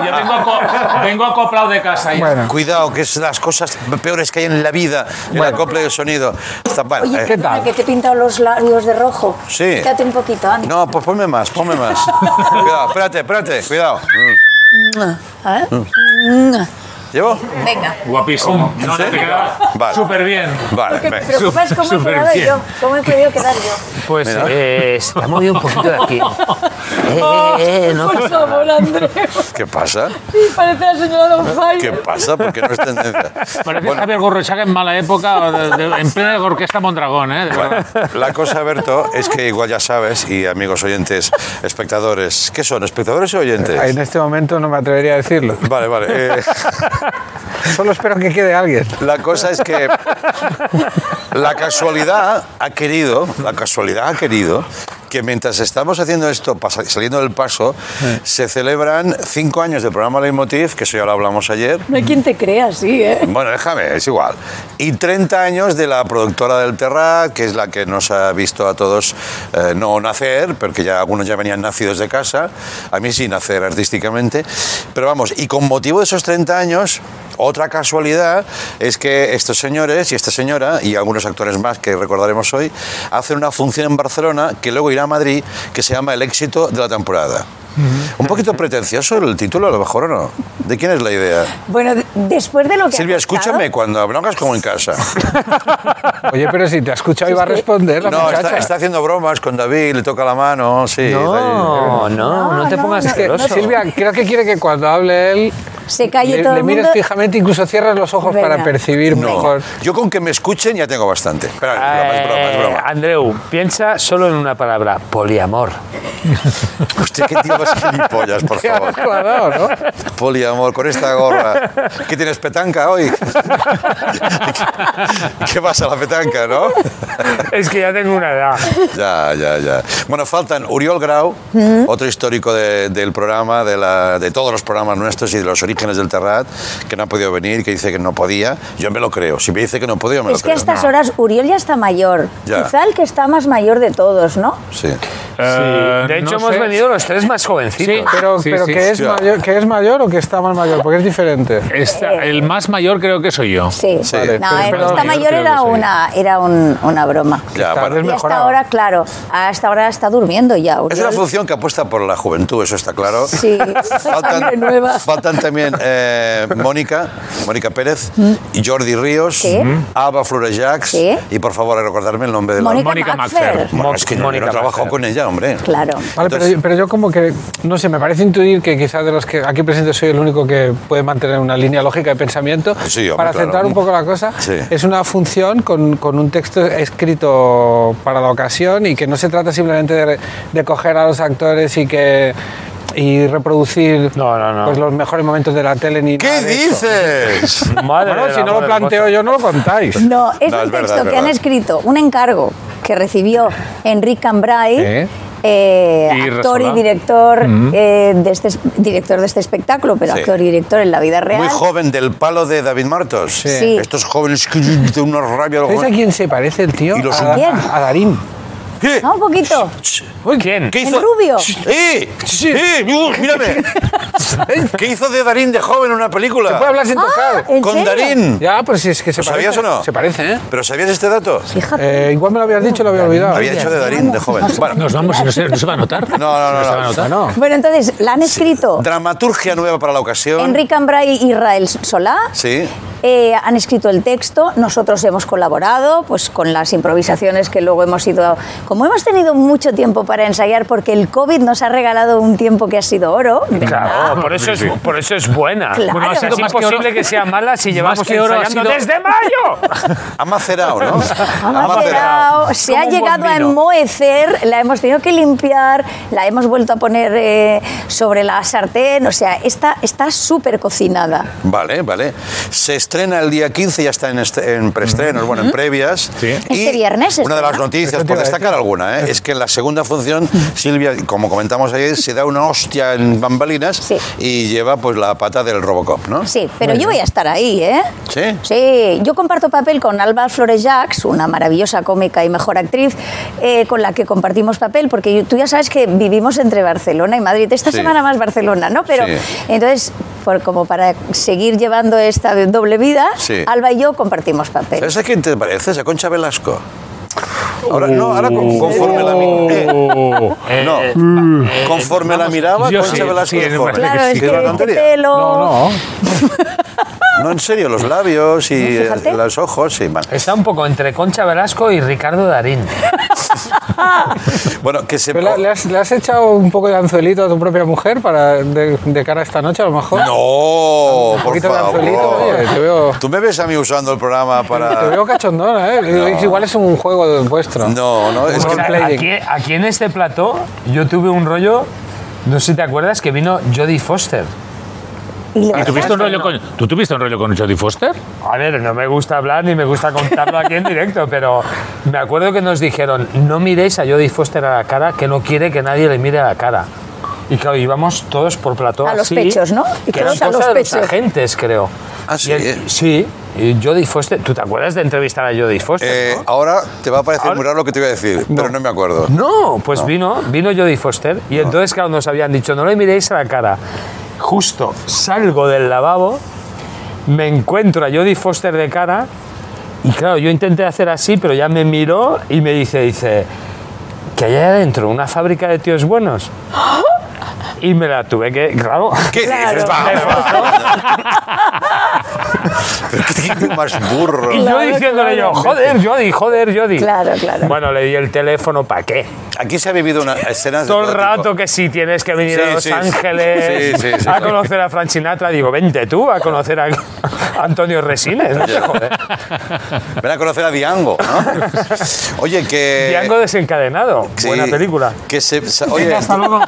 [SPEAKER 9] Yo vengo, aco- vengo acoplado de casa. y-
[SPEAKER 5] Bueno,
[SPEAKER 4] Cuidado, que es las cosas peores que hay en la vida. El acople de sonido. Está, bueno,
[SPEAKER 8] Oye,
[SPEAKER 4] eh,
[SPEAKER 5] ¿qué tal?
[SPEAKER 8] que te he pintado los labios de rojo.
[SPEAKER 4] Sí.
[SPEAKER 8] Quítate un poquito, anda.
[SPEAKER 4] No, pues ponme más, ponme más. cuidado, espérate, espérate, cuidado. Mm.
[SPEAKER 8] ¿Eh?
[SPEAKER 4] ¿Llevo?
[SPEAKER 8] Venga.
[SPEAKER 9] Guapísimo. No, no,
[SPEAKER 4] ¿Sí?
[SPEAKER 9] te queda
[SPEAKER 4] Vale.
[SPEAKER 9] súper bien.
[SPEAKER 4] Vale,
[SPEAKER 8] Lo que me
[SPEAKER 4] venga.
[SPEAKER 8] preocupa es cómo he
[SPEAKER 9] Súper
[SPEAKER 8] quedado
[SPEAKER 9] bien.
[SPEAKER 8] yo. ¿Cómo he podido quedar yo?
[SPEAKER 10] Pues
[SPEAKER 4] Mira.
[SPEAKER 10] eh, se te ha movido un poquito de aquí. Eh, eh, eh, no pasa nada.
[SPEAKER 4] ¿Qué pasa?
[SPEAKER 8] Parece la señora Don
[SPEAKER 4] ¿Qué pasa? Porque no es tendencia.
[SPEAKER 9] Parece
[SPEAKER 4] Bueno.
[SPEAKER 9] Javier Gorrochaga en mala época, o de- de- en plena orquesta Mondragón, ¿eh? De verdad.
[SPEAKER 4] La cosa, Berto, es que igual ya sabes, y amigos oyentes, espectadores, ¿qué son? ¿Espectadores o
[SPEAKER 5] en
[SPEAKER 4] oyentes?
[SPEAKER 5] este momento no me atrevería a decirlo.
[SPEAKER 4] Vale, vale. eh,
[SPEAKER 5] Solo espero que quede alguien.
[SPEAKER 4] la cosa es que la casualidad ha querido, la casualidad ha querido que mientras estamos haciendo esto, pasa- saliendo del paso, se celebran cinco años del programa Leitmotiv, que eso ya lo hablamos ayer,
[SPEAKER 8] No hay quien te crea, sí, ¿eh?
[SPEAKER 4] Bueno, déjame, es igual. Y 30 años de la productora del Terrat, que es la que nos ha visto a todos eh, no nacer, porque ya algunos ya venían nacidos de casa, a mí sí nacer artísticamente. Pero vamos, y con motivo de esos 30 años, otra casualidad es que estos señores y esta señora, y algunos actores más que recordaremos hoy, hacen una función en Barcelona que luego irá a Madrid, que se llama El éxito de la temporada. Un poquito pretencioso el título, a lo mejor o no. ¿De quién es la idea?
[SPEAKER 8] Bueno, de- después de lo que.
[SPEAKER 4] Silvia,
[SPEAKER 8] has contado-
[SPEAKER 4] escúchame, cuando broncas como en casa.
[SPEAKER 5] Oye, pero si te ha escuchado y va a responder la
[SPEAKER 4] No,
[SPEAKER 5] muchacha.
[SPEAKER 4] está, está haciendo bromas con David, le toca la mano, sí.
[SPEAKER 10] No, no, no te pongas
[SPEAKER 5] Es que,
[SPEAKER 10] celoso.
[SPEAKER 5] Silvia, creo que quiere que cuando hable él
[SPEAKER 8] Se calle
[SPEAKER 5] le,
[SPEAKER 8] todo
[SPEAKER 5] le
[SPEAKER 8] el
[SPEAKER 5] mires
[SPEAKER 8] mundo.
[SPEAKER 5] fijamente, incluso cierres los ojos
[SPEAKER 8] Venga.
[SPEAKER 5] para percibir
[SPEAKER 4] No,
[SPEAKER 5] mejor.
[SPEAKER 4] yo con que me escuchen ya tengo bastante. Espera, es broma, es broma, es
[SPEAKER 10] Eh,
[SPEAKER 4] broma.
[SPEAKER 10] Andreu, piensa solo en una palabra, poliamor.
[SPEAKER 4] Hostia, qué tío más gilipollas, por
[SPEAKER 5] Qué
[SPEAKER 4] favor.
[SPEAKER 5] asco ha dado, ¿no?
[SPEAKER 4] Poliamor, con esta gorra. ¿Qué tienes, petanca hoy? ¿Qué pasa, la petanca, no?
[SPEAKER 10] Es que ya tengo una edad.
[SPEAKER 4] Ya, ya, ya. Bueno, faltan Uriol Grau, otro histórico de- del programa, de, la- de todos los programas nuestros y de los orígenes del Terrat, que no ha podido venir, que dice que no podía. Yo me lo creo. Si me dice que no podía, yo me
[SPEAKER 8] Es
[SPEAKER 4] lo
[SPEAKER 8] que a
[SPEAKER 4] creo.
[SPEAKER 8] estas horas Uriel ya está mayor.
[SPEAKER 4] Ya. Ah,
[SPEAKER 8] Quizá el que está más mayor de todos, ¿no?
[SPEAKER 4] Sí.
[SPEAKER 9] Eh,
[SPEAKER 10] De hecho,
[SPEAKER 9] no
[SPEAKER 10] hemos
[SPEAKER 9] sé.
[SPEAKER 10] venido los tres más jovencitos.
[SPEAKER 9] Sí.
[SPEAKER 5] Pero,
[SPEAKER 9] Sí,
[SPEAKER 5] pero
[SPEAKER 9] sí.
[SPEAKER 5] que, es
[SPEAKER 4] Ya.
[SPEAKER 5] mayor, que es mayor o que está más mayor, porque es diferente.
[SPEAKER 9] Esta- el más mayor creo que soy yo.
[SPEAKER 8] Sí.
[SPEAKER 4] Sí.
[SPEAKER 5] Vale,
[SPEAKER 8] no,
[SPEAKER 5] pero-
[SPEAKER 8] el que
[SPEAKER 5] pero-
[SPEAKER 8] está mayor
[SPEAKER 9] creo que
[SPEAKER 8] era
[SPEAKER 9] sí.
[SPEAKER 8] una, era un- una broma.
[SPEAKER 4] Ya,
[SPEAKER 5] Está
[SPEAKER 4] bueno.
[SPEAKER 8] Y hasta
[SPEAKER 5] desmejorado.
[SPEAKER 8] ahora, claro, hasta ahora está durmiendo ya.
[SPEAKER 4] Es
[SPEAKER 8] Uriel.
[SPEAKER 4] una función que apuesta por la juventud, eso está claro.
[SPEAKER 8] Sí, sangre nueva.
[SPEAKER 4] faltan también eh, Mónica, Mónica Pérez, y Jordi Ríos,
[SPEAKER 8] Sí.
[SPEAKER 4] Ava Florejax
[SPEAKER 8] Sí.
[SPEAKER 4] y por favor recordarme el nombre de la...
[SPEAKER 8] Mónica,
[SPEAKER 9] Mónica
[SPEAKER 8] Macfer.
[SPEAKER 9] Macfer.
[SPEAKER 4] Bueno, es que yo
[SPEAKER 10] Mónica
[SPEAKER 4] no trabajo
[SPEAKER 10] Macfer.
[SPEAKER 4] con ella, hombre.
[SPEAKER 8] Claro.
[SPEAKER 5] Vale, pero,
[SPEAKER 4] Entonces-
[SPEAKER 5] yo- pero yo como que, no sé, me parece intuir que quizás de los que aquí presentes soy el único que puede mantener una línea lógica de pensamiento.
[SPEAKER 4] Sí, hombre,
[SPEAKER 5] para
[SPEAKER 4] claro.
[SPEAKER 5] centrar un poco la cosa,
[SPEAKER 4] Sí.
[SPEAKER 5] es una función con, con un texto escrito para la ocasión y que no se trata simplemente de, de coger a los actores y que y reproducir
[SPEAKER 10] No, no, no.
[SPEAKER 5] pues los mejores momentos de la tele ni
[SPEAKER 4] ¿Qué
[SPEAKER 5] nada de eso.
[SPEAKER 4] dices?
[SPEAKER 10] Madre
[SPEAKER 5] Bueno,
[SPEAKER 10] del
[SPEAKER 5] si no
[SPEAKER 10] amor
[SPEAKER 5] lo planteo
[SPEAKER 10] hermoso.
[SPEAKER 5] yo, no lo contáis.
[SPEAKER 8] No, es
[SPEAKER 4] No,
[SPEAKER 8] un
[SPEAKER 4] es verdad,
[SPEAKER 8] texto
[SPEAKER 4] es
[SPEAKER 8] que han
[SPEAKER 4] verdad.
[SPEAKER 8] escrito, un encargo que recibió Enrique Cambrai,
[SPEAKER 5] ¿Eh?
[SPEAKER 8] eh,
[SPEAKER 9] Y
[SPEAKER 8] actor y
[SPEAKER 9] Resolá.
[SPEAKER 8] director, eh, de este, director de este espectáculo, pero
[SPEAKER 4] Sí.
[SPEAKER 8] actor y director en la vida real.
[SPEAKER 4] Muy joven, del palo de David Martos.
[SPEAKER 8] Sí.
[SPEAKER 4] Estos jóvenes que de una rabia...
[SPEAKER 5] ¿Sabéis a quién se parece el tío?
[SPEAKER 4] ¿Y los-
[SPEAKER 5] a,
[SPEAKER 8] ¿Quién?
[SPEAKER 5] a Darín.
[SPEAKER 4] ¿Qué?
[SPEAKER 8] ¿No? Un poquito.
[SPEAKER 10] ¿Quién?
[SPEAKER 4] ¿Qué
[SPEAKER 8] ¿El
[SPEAKER 4] hizo?
[SPEAKER 8] rubio?
[SPEAKER 4] ¡Eh! ¡Eh! ¡Uh, ¡Mírame! ¿Qué hizo de Darín de joven en una película?
[SPEAKER 5] Se puede hablar sin tocar.
[SPEAKER 8] Ah, ¿En
[SPEAKER 4] Con
[SPEAKER 8] serio?
[SPEAKER 4] Darín.
[SPEAKER 5] Ya, pero si es que se
[SPEAKER 4] ¿Lo sabías
[SPEAKER 5] parece.
[SPEAKER 4] o no?
[SPEAKER 5] Se parece, ¿eh?
[SPEAKER 4] ¿Pero sabías este dato?
[SPEAKER 8] Fíjate.
[SPEAKER 5] Eh, igual me lo habías dicho y lo había olvidado.
[SPEAKER 4] Había dicho de Darín, de joven. Bueno,
[SPEAKER 9] Nos vamos, no se, no se va a notar.
[SPEAKER 4] no, no, no.
[SPEAKER 9] se va a
[SPEAKER 4] no.
[SPEAKER 9] notar.
[SPEAKER 5] Bueno,
[SPEAKER 8] Bueno, entonces, la han escrito
[SPEAKER 4] Dramaturgia nueva para la ocasión.
[SPEAKER 8] Enrique Cambrai y Israel Solá.
[SPEAKER 4] Sí.
[SPEAKER 8] eh, han escrito el texto, nosotros hemos colaborado pues, con las improvisaciones que luego hemos ido... Como hemos tenido mucho tiempo para ensayar porque el COVID nos ha regalado un tiempo que ha sido oro, ¿verdad?
[SPEAKER 11] Claro, por eso es, por eso es buena.
[SPEAKER 8] Claro.
[SPEAKER 11] Bueno, o sea,
[SPEAKER 8] Más
[SPEAKER 11] es
[SPEAKER 8] que
[SPEAKER 11] imposible que,
[SPEAKER 8] oro-
[SPEAKER 11] sea mala si llevamos
[SPEAKER 9] que oro ha
[SPEAKER 11] ensayando
[SPEAKER 9] sido-
[SPEAKER 11] desde mayo.
[SPEAKER 4] Ha macerado, ¿no? Ha
[SPEAKER 8] macerado, se ha
[SPEAKER 11] Como un buen
[SPEAKER 8] llegado a
[SPEAKER 11] vino.
[SPEAKER 8] enmohecer, la hemos tenido que limpiar, la hemos vuelto a poner eh, sobre la sartén, o sea, está está súper cocinada.
[SPEAKER 4] Vale, vale. Se estrena el día 15, ya está en, est- en preestrenos, bueno, en previas. Y
[SPEAKER 8] Este viernes
[SPEAKER 4] Una de
[SPEAKER 8] estrena.
[SPEAKER 4] las noticias, por destacar alguna, ¿eh? es que en la segunda función, Silvia, como comentamos ayer, se da una hostia en bambalinas y lleva pues la pata del Robocop, ¿no?
[SPEAKER 8] Sí, pero yo voy a estar ahí, ¿eh?
[SPEAKER 4] ¿Sí?
[SPEAKER 8] Sí, yo comparto papel con Alba Flores Jacques, una maravillosa cómica y mejor actriz, eh, con la que compartimos papel, porque yo- tú ya sabes que vivimos entre Barcelona y Madrid. Esta
[SPEAKER 12] Sí.
[SPEAKER 8] semana más Barcelona, ¿no? Pero
[SPEAKER 12] Sí.
[SPEAKER 8] entonces, por- como para seguir llevando esta doble vida,
[SPEAKER 4] Sí.
[SPEAKER 8] Alba y yo compartimos papel.
[SPEAKER 4] ¿Sabes a quién te pareces? A Concha Velasco. Ahora, no, ahora
[SPEAKER 11] Oh.
[SPEAKER 4] con- conforme la mi- eh,
[SPEAKER 11] Eh,
[SPEAKER 4] no, Ah, conforme la miraba,
[SPEAKER 11] yo
[SPEAKER 4] Concha
[SPEAKER 11] sí,
[SPEAKER 4] Velasco
[SPEAKER 11] sí,
[SPEAKER 4] es
[SPEAKER 11] me
[SPEAKER 4] joven.
[SPEAKER 11] parece Claro, que
[SPEAKER 8] es
[SPEAKER 4] ¿Qué es una
[SPEAKER 8] que este
[SPEAKER 4] tontería?
[SPEAKER 8] pelo...
[SPEAKER 4] No, en serio, los labios y
[SPEAKER 8] No, fíjate.
[SPEAKER 4] eh, los ojos, sí, vale.
[SPEAKER 11] Está un poco entre Concha Velasco y Ricardo Darín.
[SPEAKER 4] Bueno, que se...
[SPEAKER 5] Pero ¿Le, le has, le has echado un poco de anzuelito a tu propia mujer para de, de cara a esta noche, a lo mejor?
[SPEAKER 4] No,
[SPEAKER 5] Un
[SPEAKER 4] Oh, por
[SPEAKER 5] poquito de anzuelito,
[SPEAKER 4] favor.
[SPEAKER 5] oye, te veo-
[SPEAKER 4] Tú me ves a mí usando el programa
[SPEAKER 5] Te
[SPEAKER 4] para...
[SPEAKER 5] veo cachondona, ¿eh?
[SPEAKER 4] No.
[SPEAKER 5] Igual es un juego vuestro.
[SPEAKER 4] No, no, es
[SPEAKER 5] Un
[SPEAKER 4] que...
[SPEAKER 5] roleplay.
[SPEAKER 11] Aquí, aquí en este plató yo tuve un rollo, no sé si te acuerdas, que vino Jodie Foster.
[SPEAKER 9] ¿Y tuviste un rollo con, ¿Tú tuviste un rollo con Jodie Foster?
[SPEAKER 11] A ver, no me gusta hablar ni me gusta contarlo aquí en directo, pero me acuerdo que nos dijeron, no miréis a Jodie Foster a la cara, que no quiere que nadie le mire a la cara. Y claro, íbamos todos por plató
[SPEAKER 8] A los
[SPEAKER 11] así,
[SPEAKER 8] pechos, ¿no? Y
[SPEAKER 11] que eran
[SPEAKER 8] todos a
[SPEAKER 11] cosa
[SPEAKER 8] los
[SPEAKER 11] de los
[SPEAKER 8] pechos.
[SPEAKER 11] agentes, creo.
[SPEAKER 4] Ah, sí,
[SPEAKER 11] Y el-
[SPEAKER 4] eh.
[SPEAKER 11] sí. Y Jodie Foster, ¿tú te acuerdas de entrevistar a Jodie Foster?
[SPEAKER 4] eh, ahora te va a parecer muy raro lo que te voy a decir, pero no me acuerdo.
[SPEAKER 11] No, pues vino, vino Jodie Foster y entonces, claro, nos habían dicho, no le miréis a la cara. Justo salgo del lavabo, me encuentro a Jodie Foster de cara y claro, yo intenté hacer así, pero ya me miró y me dice, dice, que hay ahí adentro una fábrica de tíos buenos. Y me la tuve que, claro,
[SPEAKER 4] ¿Qué dices? Va, Pero qué tipo más burro.
[SPEAKER 11] y yo diciéndole yo, joder, Jodie, joder, Jodie.
[SPEAKER 8] Claro, claro.
[SPEAKER 11] Bueno, le di el teléfono, ¿para qué?
[SPEAKER 4] Aquí se ha vivido una escena de
[SPEAKER 11] Todo el
[SPEAKER 4] tipo.
[SPEAKER 11] rato que sí tienes que venir
[SPEAKER 4] Sí,
[SPEAKER 11] a Los
[SPEAKER 4] sí,
[SPEAKER 11] Ángeles
[SPEAKER 4] sí, sí, sí,
[SPEAKER 11] a
[SPEAKER 4] sí.
[SPEAKER 11] conocer a Frank Sinatra, digo, vente tú a conocer a Antonio Resines, no te joder.
[SPEAKER 4] Ven a conocer a Diango, ¿no? Oye, que...
[SPEAKER 11] Django desencadenado,
[SPEAKER 4] Eh, sí,
[SPEAKER 11] buena película.
[SPEAKER 4] Que se... sa- Oye,
[SPEAKER 11] luego.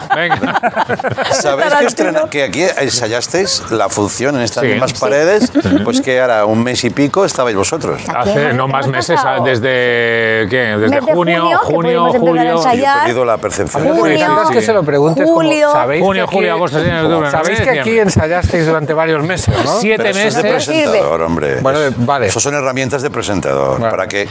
[SPEAKER 4] ¿Sabéis que, estrena- que aquí ensayasteis la función en estas
[SPEAKER 9] Sí.
[SPEAKER 4] mismas
[SPEAKER 9] Sí.
[SPEAKER 4] paredes? Pues que ahora un mes y pico estabais vosotros.
[SPEAKER 9] Hace no más meses, ah, desde, ¿qué? desde
[SPEAKER 8] Desde junio,
[SPEAKER 9] junio,
[SPEAKER 8] que
[SPEAKER 9] junio,
[SPEAKER 8] pudimos empezar a
[SPEAKER 9] julio.
[SPEAKER 8] ensayar.
[SPEAKER 4] He
[SPEAKER 8] Ya.
[SPEAKER 4] perdido la percepción.
[SPEAKER 5] Hace
[SPEAKER 8] Junio,
[SPEAKER 5] tantas que se lo preguntes como,
[SPEAKER 8] julio.
[SPEAKER 5] ¿sabéis
[SPEAKER 9] Junio,
[SPEAKER 5] que aquí-
[SPEAKER 9] julio, agosto, septiembre, octubre,
[SPEAKER 5] Sabéis que
[SPEAKER 9] noviembre,
[SPEAKER 5] aquí
[SPEAKER 9] diciembre?
[SPEAKER 5] ensayasteis durante varios meses, ¿no?
[SPEAKER 9] Siete
[SPEAKER 4] Pero eso es de
[SPEAKER 9] meses.
[SPEAKER 4] presentador, hombre.
[SPEAKER 5] Bueno, eh,
[SPEAKER 4] Es-
[SPEAKER 5] vale.
[SPEAKER 4] Eso son herramientas de presentador.
[SPEAKER 5] Vale.
[SPEAKER 4] Para que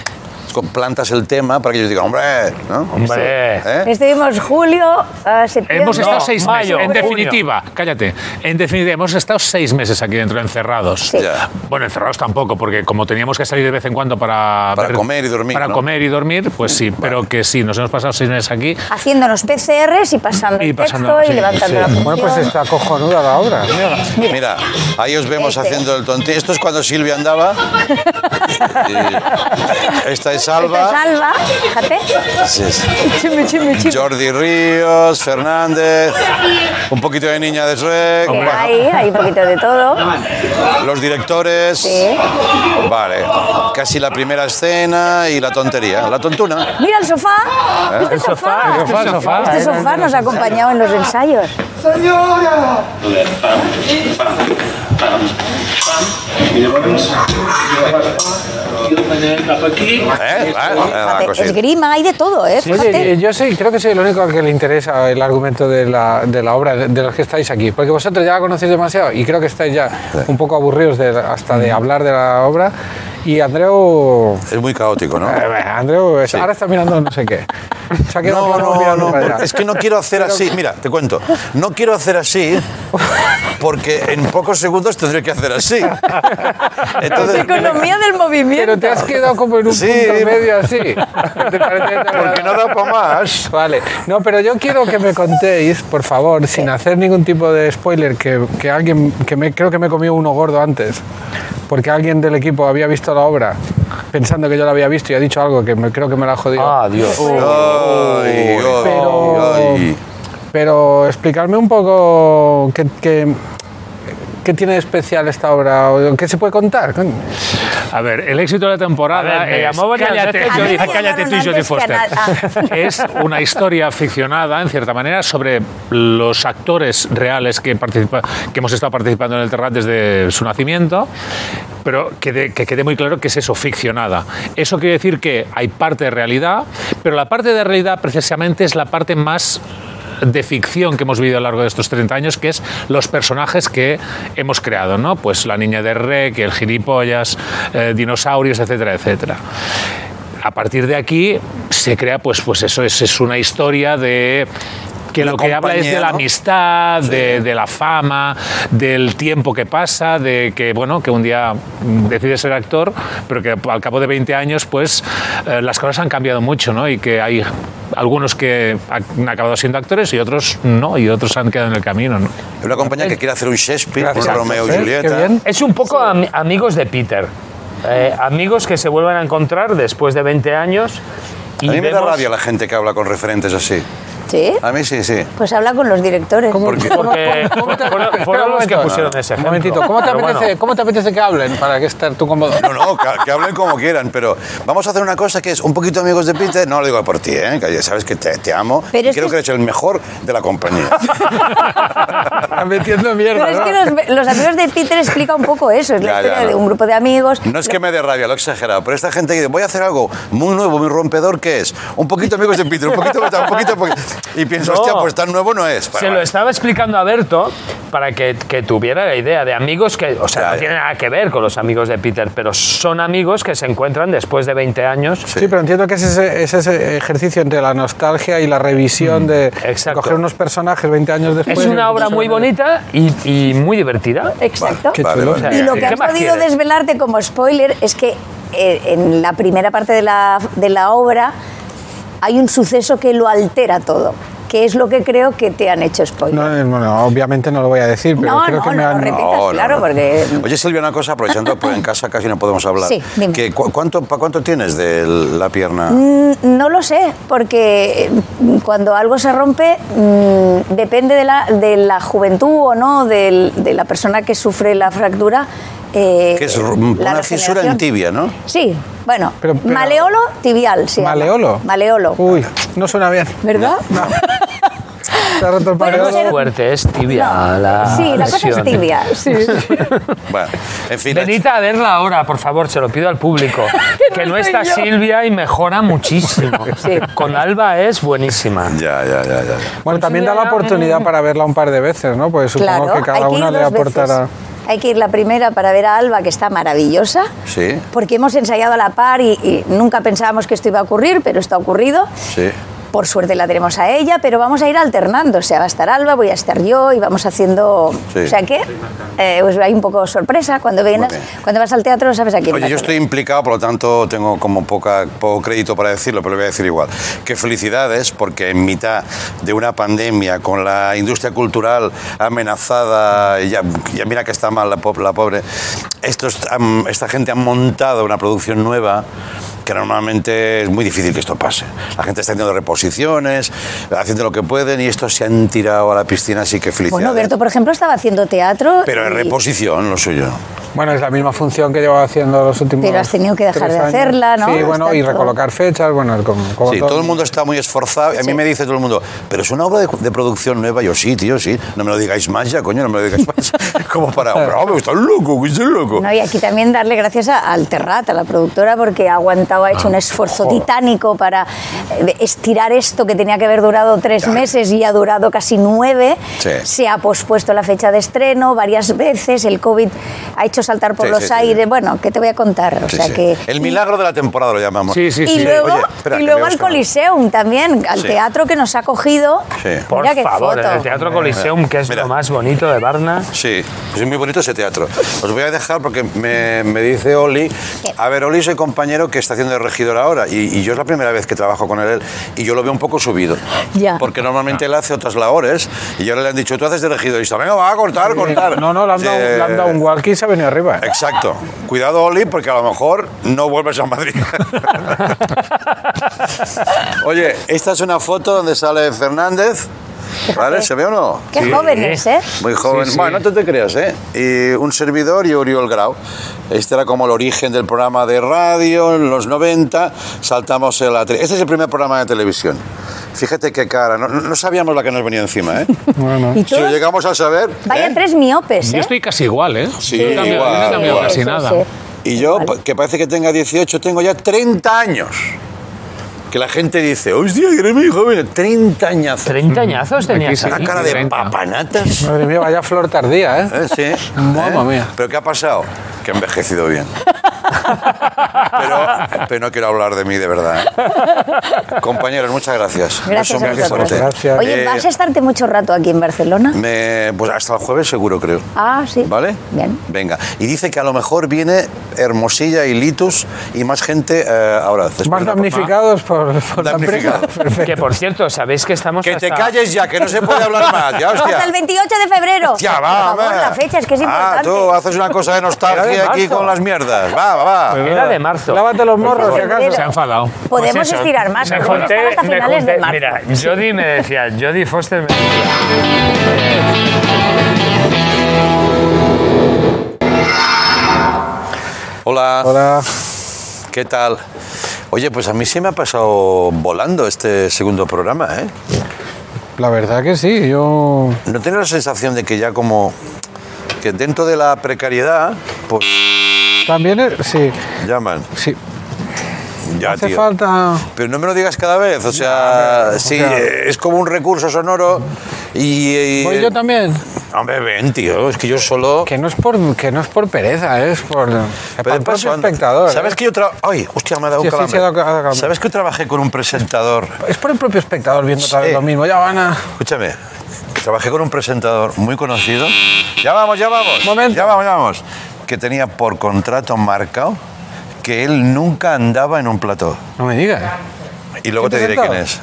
[SPEAKER 4] con- plantas el tema, para que ellos digan, hombre, ¿no?
[SPEAKER 11] Hombre.
[SPEAKER 4] ¿Eh?
[SPEAKER 8] Estuvimos julio, eh, septiembre...
[SPEAKER 9] Hemos estado
[SPEAKER 11] No,
[SPEAKER 9] seis
[SPEAKER 11] mayo,
[SPEAKER 9] meses. En
[SPEAKER 11] junio.
[SPEAKER 9] definitiva, cállate. En definitiva, hemos estado seis meses aquí dentro encerrados.
[SPEAKER 4] Ya.
[SPEAKER 9] Bueno, encerrados tampoco, porque como teníamos que salir de vez en cuando para,
[SPEAKER 4] Para comer y dormir,
[SPEAKER 9] Para
[SPEAKER 4] ¿no?
[SPEAKER 9] comer y dormir, pues sí, pero que sí, nos hemos pasado seis meses aquí.
[SPEAKER 8] Haciéndonos PCRs y pasando
[SPEAKER 9] Y
[SPEAKER 8] el
[SPEAKER 9] pasando,
[SPEAKER 8] texto
[SPEAKER 9] sí,
[SPEAKER 8] y levantando
[SPEAKER 9] sí.
[SPEAKER 8] la función.
[SPEAKER 5] Bueno, pues está cojonuda la obra.
[SPEAKER 4] Mira, ahí os vemos
[SPEAKER 8] Este.
[SPEAKER 4] haciendo el tonte. Esto es cuando Silvia andaba. Y- Esta es Alba.
[SPEAKER 8] Salva, fíjate.
[SPEAKER 4] Sí, sí.
[SPEAKER 8] Chimi, chimi, chimi.
[SPEAKER 4] Jordi Ríos, Fernández, un poquito de Niña de Shrek, bueno,
[SPEAKER 8] Ahí, hay un poquito de todo.
[SPEAKER 4] los directores.
[SPEAKER 8] Sí.
[SPEAKER 4] Vale, casi la primera escena y la tontería, la tontuna.
[SPEAKER 8] Mira el sofá. ¿Viste el sofá?
[SPEAKER 9] el sofá, el sofá.
[SPEAKER 8] Este sofá nos ha acompañado en los ensayos.
[SPEAKER 4] ¿Eh? Vale, la
[SPEAKER 8] Fíjate,
[SPEAKER 4] cosita.
[SPEAKER 8] esgrima, hay de todo, ¿eh?
[SPEAKER 5] Oye,
[SPEAKER 8] Fíjate.
[SPEAKER 5] yo soy, creo que soy el único al que le interesa el argumento de la, de la obra, de, de los que estáis aquí, porque vosotros ya la conocéis demasiado y creo que estáis ya un poco aburridos de- hasta de hablar de la obra. Y Andreu
[SPEAKER 4] Es muy caótico, ¿no?
[SPEAKER 5] Eh, Andreu es- ahora está mirando no sé qué. Se ha quedado
[SPEAKER 4] no,
[SPEAKER 5] claro,
[SPEAKER 4] no,
[SPEAKER 5] mira,
[SPEAKER 4] no,
[SPEAKER 5] mira.
[SPEAKER 4] por- es que no quiero hacer
[SPEAKER 5] Pero-
[SPEAKER 4] así. Mira, te cuento. No quiero hacer así porque en pocos segundos tendré que hacer así. Entonces,
[SPEAKER 8] Economía del movimiento.
[SPEAKER 5] Pero te has quedado como en un
[SPEAKER 4] Sí.
[SPEAKER 5] punto medio así. ¿Te parece?
[SPEAKER 4] porque no da para más.
[SPEAKER 5] Vale, no, pero yo quiero que me contéis, por favor, sin hacer ningún tipo de spoiler, que, que alguien, que me, creo que me comió uno gordo antes, porque alguien del equipo había visto la obra pensando que yo la había visto y ha dicho algo que me, creo que me la ha jodido.
[SPEAKER 11] Ah, Dios.
[SPEAKER 4] Ay, ay,
[SPEAKER 5] Pero-
[SPEAKER 4] ay.
[SPEAKER 5] Pero explicarme un poco qué, qué- qué tiene de especial esta obra, o qué se puede contar. coño.
[SPEAKER 12] A ver, el éxito de la temporada
[SPEAKER 11] A ver, me
[SPEAKER 12] es
[SPEAKER 11] llamó varias
[SPEAKER 12] cállate,
[SPEAKER 11] veces
[SPEAKER 8] A mí
[SPEAKER 12] Jodie-
[SPEAKER 8] me llamaron
[SPEAKER 12] cállate tú y Jodie
[SPEAKER 8] antes que
[SPEAKER 12] Foster.
[SPEAKER 8] a na- ah.
[SPEAKER 12] Es una historia ficcionada, en cierta manera, sobre los actores reales que, participa- que hemos estado participando en el Terrat desde su nacimiento, pero que, de- que quede muy claro que es eso, ficcionada. Eso quiere decir que hay parte de realidad, pero la parte de realidad precisamente es la parte más de ficción que hemos vivido a lo largo de estos 30 años, que es los personajes que hemos creado, ¿no? Pues la niña de Rec, el gilipollas, eh, dinosaurios, etcétera, etcétera a partir de aquí se crea, pues, pues eso es, es una historia de que
[SPEAKER 4] Una
[SPEAKER 12] lo que habla es de
[SPEAKER 4] compañía,
[SPEAKER 12] la
[SPEAKER 4] ¿no?
[SPEAKER 12] amistad, de, de la fama, del tiempo que pasa, de que bueno, que un día mm, decides ser actor, pero que al cabo de 20 años, pues eh, las cosas han cambiado mucho, ¿no? Y que hay algunos que han acabado siendo actores y otros no, y otros han quedado en el camino, ¿no?
[SPEAKER 4] Es una compañía que quiere hacer un Shakespeare, un
[SPEAKER 5] Gracias,
[SPEAKER 4] Romeo y
[SPEAKER 5] ¿eh? Qué
[SPEAKER 4] Julieta.
[SPEAKER 5] bien.
[SPEAKER 11] Es un poco ami- amigos de Peter. Eh, amigos que se vuelven a encontrar después de 20 años. Y
[SPEAKER 4] A mí me da
[SPEAKER 11] vemos-
[SPEAKER 4] rabia la gente que habla con referentes así.
[SPEAKER 8] ¿Sí?
[SPEAKER 4] A mí sí, sí.
[SPEAKER 8] Pues habla con los directores.
[SPEAKER 4] Porque-
[SPEAKER 11] Porque fueron,
[SPEAKER 5] Espera
[SPEAKER 11] fueron
[SPEAKER 5] un
[SPEAKER 11] los que
[SPEAKER 5] momento.
[SPEAKER 11] pusieron ese
[SPEAKER 5] Un
[SPEAKER 11] ejemplo.
[SPEAKER 5] momentito, ¿cómo te,
[SPEAKER 11] Pero
[SPEAKER 5] apetece,
[SPEAKER 11] bueno,
[SPEAKER 5] ¿cómo te apetece que hablen para que estés tú cómodo?
[SPEAKER 4] No, no, que, que hablen como quieran, pero vamos a hacer una cosa que es un poquito amigos de Peter. No lo digo por ti, ¿eh? que ya sabes que te, te amo.
[SPEAKER 8] Pero
[SPEAKER 4] y
[SPEAKER 8] es
[SPEAKER 4] creo
[SPEAKER 8] que-
[SPEAKER 4] que eres el mejor de la compañía.
[SPEAKER 5] Estás metiendo mierda.
[SPEAKER 8] Pero es
[SPEAKER 5] ¿no?
[SPEAKER 8] que los, los amigos de Peter explica un poco eso, es la
[SPEAKER 4] Ya, ya,
[SPEAKER 8] historia de
[SPEAKER 4] no.
[SPEAKER 8] un grupo de amigos.
[SPEAKER 4] No es que me dé rabia, lo he exagerado, pero esta gente que dice, voy a hacer algo muy nuevo, muy rompedor, ¿qué es? Un poquito amigos de Peter, un poquito, un poquito, un poquito. Y pienso,
[SPEAKER 11] No.
[SPEAKER 4] hostia, pues tan nuevo no es.
[SPEAKER 11] se lo estaba explicando a Berto para que, que tuviera la idea de amigos que, o sea,
[SPEAKER 4] Ya,
[SPEAKER 11] no
[SPEAKER 4] ya.
[SPEAKER 11] tiene nada que ver con los amigos de Peter, pero son amigos que se encuentran después de 20 años.
[SPEAKER 5] Sí, pero entiendo que es ese, es ese ejercicio entre la nostalgia y la revisión de
[SPEAKER 11] Mm, exacto.
[SPEAKER 5] coger unos personajes 20 años después.
[SPEAKER 11] Es una obra muy bonita y, y muy divertida.
[SPEAKER 8] Exacto.
[SPEAKER 4] Vale,
[SPEAKER 5] chulo.
[SPEAKER 4] vale,
[SPEAKER 11] O sea,
[SPEAKER 8] Y
[SPEAKER 4] mira,
[SPEAKER 8] lo
[SPEAKER 11] ¿qué
[SPEAKER 8] que has
[SPEAKER 11] más
[SPEAKER 8] podido
[SPEAKER 11] quieres?
[SPEAKER 8] desvelarte como spoiler es que eh, en la primera parte de la, de la obra hay un suceso que lo altera todo, que es lo que creo que te han hecho spoiler.
[SPEAKER 5] No, eh, bueno, obviamente no lo voy a decir, pero
[SPEAKER 8] No,
[SPEAKER 5] creo
[SPEAKER 8] no,
[SPEAKER 5] que me
[SPEAKER 8] no,
[SPEAKER 5] han.
[SPEAKER 8] repito. claro, porque- eh,
[SPEAKER 4] Oye, Silvia, una cosa, aprovechando, pues en casa casi no podemos hablar.
[SPEAKER 8] Sí, dime.
[SPEAKER 4] Que, cu- cuánto, pa- ¿Cuánto tienes de la pierna?
[SPEAKER 8] Mm, No lo sé, porque eh, cuando algo se rompe mm, depende de la, de la juventud o no, del- de, la persona que sufre la fractura. eh,
[SPEAKER 4] que es r-
[SPEAKER 8] la
[SPEAKER 4] una fisura en
[SPEAKER 8] regeneración.
[SPEAKER 4] tibia, ¿no?
[SPEAKER 8] Sí, bueno,
[SPEAKER 5] Pero- pero-
[SPEAKER 8] maleolo tibial. se llama.
[SPEAKER 5] ¿Maleolo?
[SPEAKER 8] Maleolo.
[SPEAKER 5] Uy, no suena bien.
[SPEAKER 8] ¿Verdad?
[SPEAKER 5] Se ha roto
[SPEAKER 8] Bueno,
[SPEAKER 5] el paredón.
[SPEAKER 8] pues era-
[SPEAKER 11] Fuerte, es tibia la
[SPEAKER 8] sí, la cosa es
[SPEAKER 11] lesión.
[SPEAKER 8] tibia. Sí.
[SPEAKER 4] Bueno, en fin. la
[SPEAKER 11] Venid a verla ahora, por favor, se lo pido al público. que no está Silvia y mejora muchísimo. Con Alba es buenísima.
[SPEAKER 4] ch- Ya, ya, ya, ya.
[SPEAKER 8] Pues
[SPEAKER 5] Bueno, también da la oportunidad para verla un par de veces, ¿no? Pues supongo
[SPEAKER 8] Claro,
[SPEAKER 5] que cada
[SPEAKER 8] hay que ir
[SPEAKER 5] una le
[SPEAKER 8] dos
[SPEAKER 5] aportará.
[SPEAKER 8] veces. Hay que ir la primera para ver a Alba, que está maravillosa.
[SPEAKER 4] Sí.
[SPEAKER 8] Porque hemos ensayado a la par y, y nunca pensábamos que esto iba a ocurrir, pero esto ha ocurrido.
[SPEAKER 4] Sí.
[SPEAKER 8] Por suerte la tenemos a ella, pero vamos a ir alternando. O sea, va a estar Alba, voy a estar yo y vamos haciendo.
[SPEAKER 4] Sí.
[SPEAKER 8] O sea que eh, pues hay un poco sorpresa. Cuando vienes,
[SPEAKER 4] bien.
[SPEAKER 8] cuando vas al teatro, no sabes a quién
[SPEAKER 4] Oye,
[SPEAKER 8] vas
[SPEAKER 4] yo
[SPEAKER 8] a
[SPEAKER 4] estoy
[SPEAKER 8] ver.
[SPEAKER 4] implicado, por lo tanto tengo como poca, poco crédito para decirlo, pero lo voy a decir igual. Que felicidades, porque en mitad de una pandemia, con la industria cultural amenazada, y ya, ya mira que está mal la, po- la pobre, estos, han- esta gente ha montado una producción nueva que normalmente es muy difícil que esto pase. La gente está haciendo reposiciones, haciendo lo que pueden y estos se han tirado a la piscina, así que felicidades.
[SPEAKER 8] Bueno, Berto, por ejemplo, estaba haciendo teatro.
[SPEAKER 4] pero es
[SPEAKER 8] y-
[SPEAKER 4] reposición lo suyo.
[SPEAKER 5] Bueno, es la misma función que llevaba haciendo los últimos.
[SPEAKER 8] Pero has tenido que dejar
[SPEAKER 5] tres
[SPEAKER 8] de
[SPEAKER 5] años.
[SPEAKER 8] hacerla, ¿no?
[SPEAKER 5] Sí, bueno,
[SPEAKER 8] Está
[SPEAKER 5] y
[SPEAKER 8] todo-
[SPEAKER 5] recolocar fechas, bueno, como, como
[SPEAKER 4] Sí, todo el mundo está muy esforzado y a mí me dice todo el mundo, pero es una obra de, de producción nueva. Yo sí, tío, sí. No me lo digáis más ya, coño, no me lo digáis más. Como para, hombre, hombre, estás loco, que estás loco.
[SPEAKER 8] No, y aquí también darle gracias a, al Terrat, a la productora, porque ha aguantado Bravo ha hecho
[SPEAKER 4] Ah,
[SPEAKER 8] un esfuerzo titánico para eh, estirar esto que tenía que haber durado tres meses y ha durado casi nueve.
[SPEAKER 4] Sí.
[SPEAKER 8] Se ha pospuesto la fecha de estreno varias veces, el COVID ha hecho saltar por
[SPEAKER 4] Sí,
[SPEAKER 8] los
[SPEAKER 4] sí, sí,
[SPEAKER 8] aires. Bueno, ¿qué te voy a contar? O
[SPEAKER 4] Sí,
[SPEAKER 8] sea
[SPEAKER 4] sí.
[SPEAKER 8] que...
[SPEAKER 4] El milagro de la temporada lo llamamos. Sí,
[SPEAKER 8] y, luego, y luego al Coliseum también, al
[SPEAKER 4] Sí.
[SPEAKER 8] teatro que nos ha cogido.
[SPEAKER 11] Por
[SPEAKER 8] Mira qué
[SPEAKER 11] favor,
[SPEAKER 8] foto.
[SPEAKER 11] el Teatro Coliseum, que es lo más bonito de Barna.
[SPEAKER 4] Sí, es muy bonito ese teatro. Os voy a dejar porque me, me dice Oli. A ver, Oli es el compañero que está haciendo el regidor ahora y, y yo es la primera vez que trabajo con él y yo lo veo un poco subido.
[SPEAKER 8] Ya.
[SPEAKER 4] Porque
[SPEAKER 11] Ah.
[SPEAKER 4] normalmente él hace otras labores y ahora le han dicho, tú haces de regidor y está, venga, va a cortar, cortar.
[SPEAKER 5] No, no, le han, dado,
[SPEAKER 4] Eh,
[SPEAKER 5] le han dado un walkie y se ha venido arriba. ¿eh?
[SPEAKER 4] Exacto. Cuidado, Oli, porque a lo mejor no vuelves a Madrid. Oye, esta es una foto donde sale Fernández. ¿Vale? ¿Se ve o no?
[SPEAKER 8] Qué jóvenes, ¿eh?
[SPEAKER 4] Muy joven.
[SPEAKER 8] Sí, sí.
[SPEAKER 4] Bueno, no te creas, ¿eh? Y un servidor y Oriol Grau. Este era como el origen del programa de radio en los 90. Saltamos el Este es el primer programa de televisión. Fíjate qué cara. No, no sabíamos la que nos venía encima, ¿eh?
[SPEAKER 8] ¿Y
[SPEAKER 4] Si lo
[SPEAKER 8] todos?
[SPEAKER 4] llegamos a saber.
[SPEAKER 8] Vaya tres miopes, ¿eh?
[SPEAKER 12] Yo estoy casi igual, ¿eh?
[SPEAKER 4] Sí,
[SPEAKER 12] Yo no he cambiado- yo no he
[SPEAKER 4] igual.
[SPEAKER 12] cambiado casi nada.
[SPEAKER 4] Y yo, pa- que parece que tenga 18, tengo ya 30 años. Que la gente dice, hostia, que eres muy joven. 30 añazos.
[SPEAKER 11] 30
[SPEAKER 12] Mm.
[SPEAKER 11] añazos tenías
[SPEAKER 4] Una
[SPEAKER 11] ahí.
[SPEAKER 4] cara de
[SPEAKER 11] 30.
[SPEAKER 4] papanatas.
[SPEAKER 5] Madre mía, vaya flor tardía, ¿eh?
[SPEAKER 4] Eh, Sí.
[SPEAKER 5] Mamma
[SPEAKER 4] ¿Eh?
[SPEAKER 5] mía.
[SPEAKER 4] ¿Pero qué ha pasado? Que he envejecido bien. Pero, pero no quiero hablar de mí, de verdad. ¿eh? Compañeros, muchas gracias.
[SPEAKER 8] Gracias
[SPEAKER 4] Eso
[SPEAKER 8] a
[SPEAKER 4] me hace
[SPEAKER 8] vosotros.
[SPEAKER 4] fuerte.
[SPEAKER 8] Oye,
[SPEAKER 4] Eh,
[SPEAKER 8] ¿vas a estarte mucho rato aquí en Barcelona?
[SPEAKER 4] me- pues hasta el jueves seguro, creo.
[SPEAKER 8] Ah, sí.
[SPEAKER 4] ¿Vale?
[SPEAKER 8] Bien.
[SPEAKER 4] Venga. Y dice que a lo mejor viene Hermosilla y Litus y más gente eh, ahora. después
[SPEAKER 5] Más
[SPEAKER 4] de la-
[SPEAKER 5] damnificados por, por la empresa.
[SPEAKER 4] Damnificados.
[SPEAKER 11] Que por cierto, sabéis que estamos.
[SPEAKER 4] Que te calles ya, que no se puede hablar más. Ya,
[SPEAKER 8] Hasta
[SPEAKER 4] hostia.
[SPEAKER 8] el 28 de febrero.
[SPEAKER 4] Hostia,
[SPEAKER 8] Por
[SPEAKER 4] va,
[SPEAKER 8] favor,
[SPEAKER 4] va.
[SPEAKER 8] la fecha es que es
[SPEAKER 4] Ah,
[SPEAKER 8] importante.
[SPEAKER 4] tú haces una cosa de
[SPEAKER 11] Era de
[SPEAKER 4] nostalgia aquí
[SPEAKER 11] marzo.
[SPEAKER 4] con las mierdas. Va, va, va.
[SPEAKER 11] Era de marzo.
[SPEAKER 5] Lávate los morros, si
[SPEAKER 8] favor.
[SPEAKER 5] acaso.
[SPEAKER 8] Se ha
[SPEAKER 5] enfadado.
[SPEAKER 8] Podemos estirar más,
[SPEAKER 11] Pues Me
[SPEAKER 8] podemos
[SPEAKER 11] junté-
[SPEAKER 8] estar hasta
[SPEAKER 11] me
[SPEAKER 8] finales de
[SPEAKER 11] junté-
[SPEAKER 8] marzo.
[SPEAKER 11] Mira, Jodie me decía, Jodie Foster me decía.
[SPEAKER 4] Hola.
[SPEAKER 5] Hola.
[SPEAKER 4] ¿Qué tal? Oye, pues a mí sí me ha pasado volando este segundo programa, ¿eh?
[SPEAKER 5] La verdad que sí, yo...
[SPEAKER 4] ¿No tienes la sensación de que ya como... que dentro de la precariedad, pues
[SPEAKER 5] También, es- sí,
[SPEAKER 4] llaman.
[SPEAKER 5] sí.
[SPEAKER 4] Ya,
[SPEAKER 5] Hace
[SPEAKER 4] tío.
[SPEAKER 5] falta...
[SPEAKER 4] Pero no me lo digas cada vez, o sea, sí, eh, es como un recurso sonoro y... y-
[SPEAKER 5] ¿Voy yo también?
[SPEAKER 4] Hombre, ven, tío, es que yo solo...
[SPEAKER 5] Que no es por, que no es por pereza, ¿eh? es por...
[SPEAKER 4] Pero
[SPEAKER 5] por
[SPEAKER 4] paso
[SPEAKER 5] su
[SPEAKER 4] anda.
[SPEAKER 5] espectador.
[SPEAKER 4] ¿Sabes
[SPEAKER 5] ¿eh?
[SPEAKER 4] que yo tra- Ay, hostia, me ha dado
[SPEAKER 5] Sí,
[SPEAKER 4] un
[SPEAKER 5] sí, sí,
[SPEAKER 4] calambre.
[SPEAKER 5] ha dado ca- ha dado calambre.
[SPEAKER 4] ¿Sabes que yo trabajé con un presentador?
[SPEAKER 5] Es por el propio espectador viendo otra vez
[SPEAKER 4] Sí.
[SPEAKER 5] lo mismo. Ya van a...
[SPEAKER 4] Escúchame, que trabajé con un presentador muy conocido. Ya vamos, ya vamos.
[SPEAKER 5] Momento.
[SPEAKER 4] Ya vamos, ya vamos. Que tenía por contrato marcado que él nunca andaba en un plató.
[SPEAKER 5] No me digas.
[SPEAKER 4] Y luego te
[SPEAKER 5] ¿Siempre
[SPEAKER 4] diré quién es.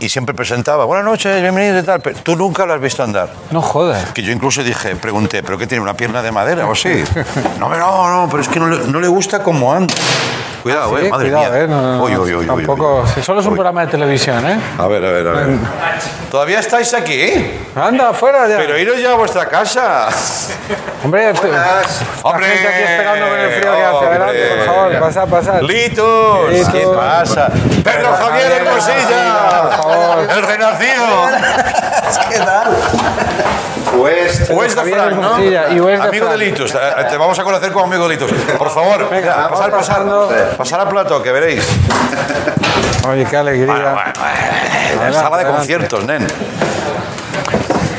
[SPEAKER 4] Y siempre presentaba, buenas noches, bienvenidos y tal, pero tú nunca lo has visto andar.
[SPEAKER 5] No jodas.
[SPEAKER 4] Que yo incluso dije, pregunté, ¿pero qué tiene, una pierna de madera o así? No, no, no, pero es que no le, no le gusta como anda. Cuidado, eh,
[SPEAKER 5] Sí,
[SPEAKER 4] madre
[SPEAKER 5] cuidado,
[SPEAKER 4] mía.
[SPEAKER 5] ¿eh? No, no, no.
[SPEAKER 4] Uy, uy, uy, uy, uy,
[SPEAKER 5] Tampoco...
[SPEAKER 4] uy.
[SPEAKER 5] si solo es un
[SPEAKER 4] Uy.
[SPEAKER 5] programa de televisión, ¿eh?
[SPEAKER 4] A ver, a ver, a ver. ¿Todavía estáis aquí?
[SPEAKER 5] Anda, fuera ya.
[SPEAKER 4] Pero iros ya a vuestra casa.
[SPEAKER 5] Hombre, te-
[SPEAKER 4] ¡Hombre!
[SPEAKER 5] la gente aquí es pegando con el frío que hace. Adelante, por favor, pasa, pasa.
[SPEAKER 4] ¡Litos!
[SPEAKER 5] Litos.
[SPEAKER 4] ¿Qué pasa? ¡Pedro Javier Hermosilla! ¡El renacido!
[SPEAKER 10] ¿Qué tal?
[SPEAKER 4] West, West Pues de
[SPEAKER 5] Pues, Javier
[SPEAKER 4] Frank, ¿no?
[SPEAKER 5] Hermosilla y West de
[SPEAKER 4] amigo de
[SPEAKER 5] Frank.
[SPEAKER 4] Litos. eh, Te vamos a conocer como amigo de Litos. Por favor,
[SPEAKER 5] Venga,
[SPEAKER 4] pasar,
[SPEAKER 5] vamos
[SPEAKER 4] pasar.
[SPEAKER 5] pasando.
[SPEAKER 4] Pasar a plato, que veréis.
[SPEAKER 5] Oye, qué alegría.
[SPEAKER 4] Sala de
[SPEAKER 5] adelante.
[SPEAKER 4] conciertos, nen.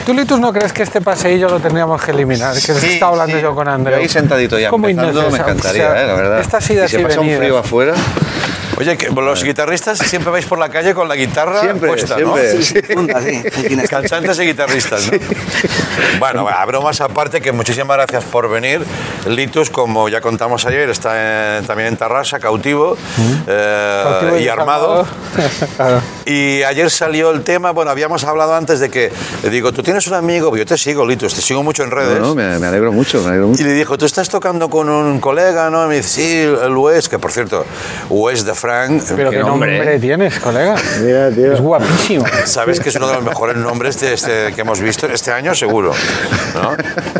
[SPEAKER 5] ¿Tú, Litus, no crees que este paseillo lo teníamos que eliminar? Que os
[SPEAKER 13] Sí,
[SPEAKER 5] estaba hablando
[SPEAKER 13] sí.
[SPEAKER 5] yo con Andrés.
[SPEAKER 13] Yo ahí sentadito ya,
[SPEAKER 5] Como
[SPEAKER 13] empezando, me
[SPEAKER 5] innecesario.
[SPEAKER 13] encantaría, eh, la verdad.
[SPEAKER 5] Esta sida
[SPEAKER 13] Y se
[SPEAKER 5] sí
[SPEAKER 13] pasa un
[SPEAKER 5] venida.
[SPEAKER 13] frío afuera. Eh.
[SPEAKER 4] Oye, que los guitarristas siempre vais por la calle con la guitarra
[SPEAKER 13] Siempre,
[SPEAKER 4] puesta,
[SPEAKER 13] siempre. Sí,
[SPEAKER 4] ¿no?
[SPEAKER 13] sí, funda, sí, funda.
[SPEAKER 4] Cantantes y guitarristas, ¿no? Bueno, a bromas aparte, que muchísimas gracias por venir. Litus, como ya contamos ayer, está en- también en Tarrasa, cautivo, eh,
[SPEAKER 5] Mm.
[SPEAKER 13] ah,
[SPEAKER 5] Cautivo
[SPEAKER 4] y armado.
[SPEAKER 5] Claro.
[SPEAKER 4] Y ayer salió el tema, bueno, habíamos hablado antes de que, le digo, tú tienes un amigo, yo te sigo, Litus, te sigo mucho en redes.
[SPEAKER 13] No, no, me, me alegro mucho, me alegro mucho.
[SPEAKER 4] Y le dijo, tú estás tocando con un colega, ¿no? Y me dice, sí, el Wes, que por cierto, Wes de Frank.
[SPEAKER 5] Pero qué nombre,
[SPEAKER 13] eh.
[SPEAKER 5] tienes, colega.
[SPEAKER 13] Mira, tío.
[SPEAKER 5] Es guapísimo.
[SPEAKER 4] Sabes que es uno de los mejores nombres de este- que hemos visto este año, seguro. ¿no?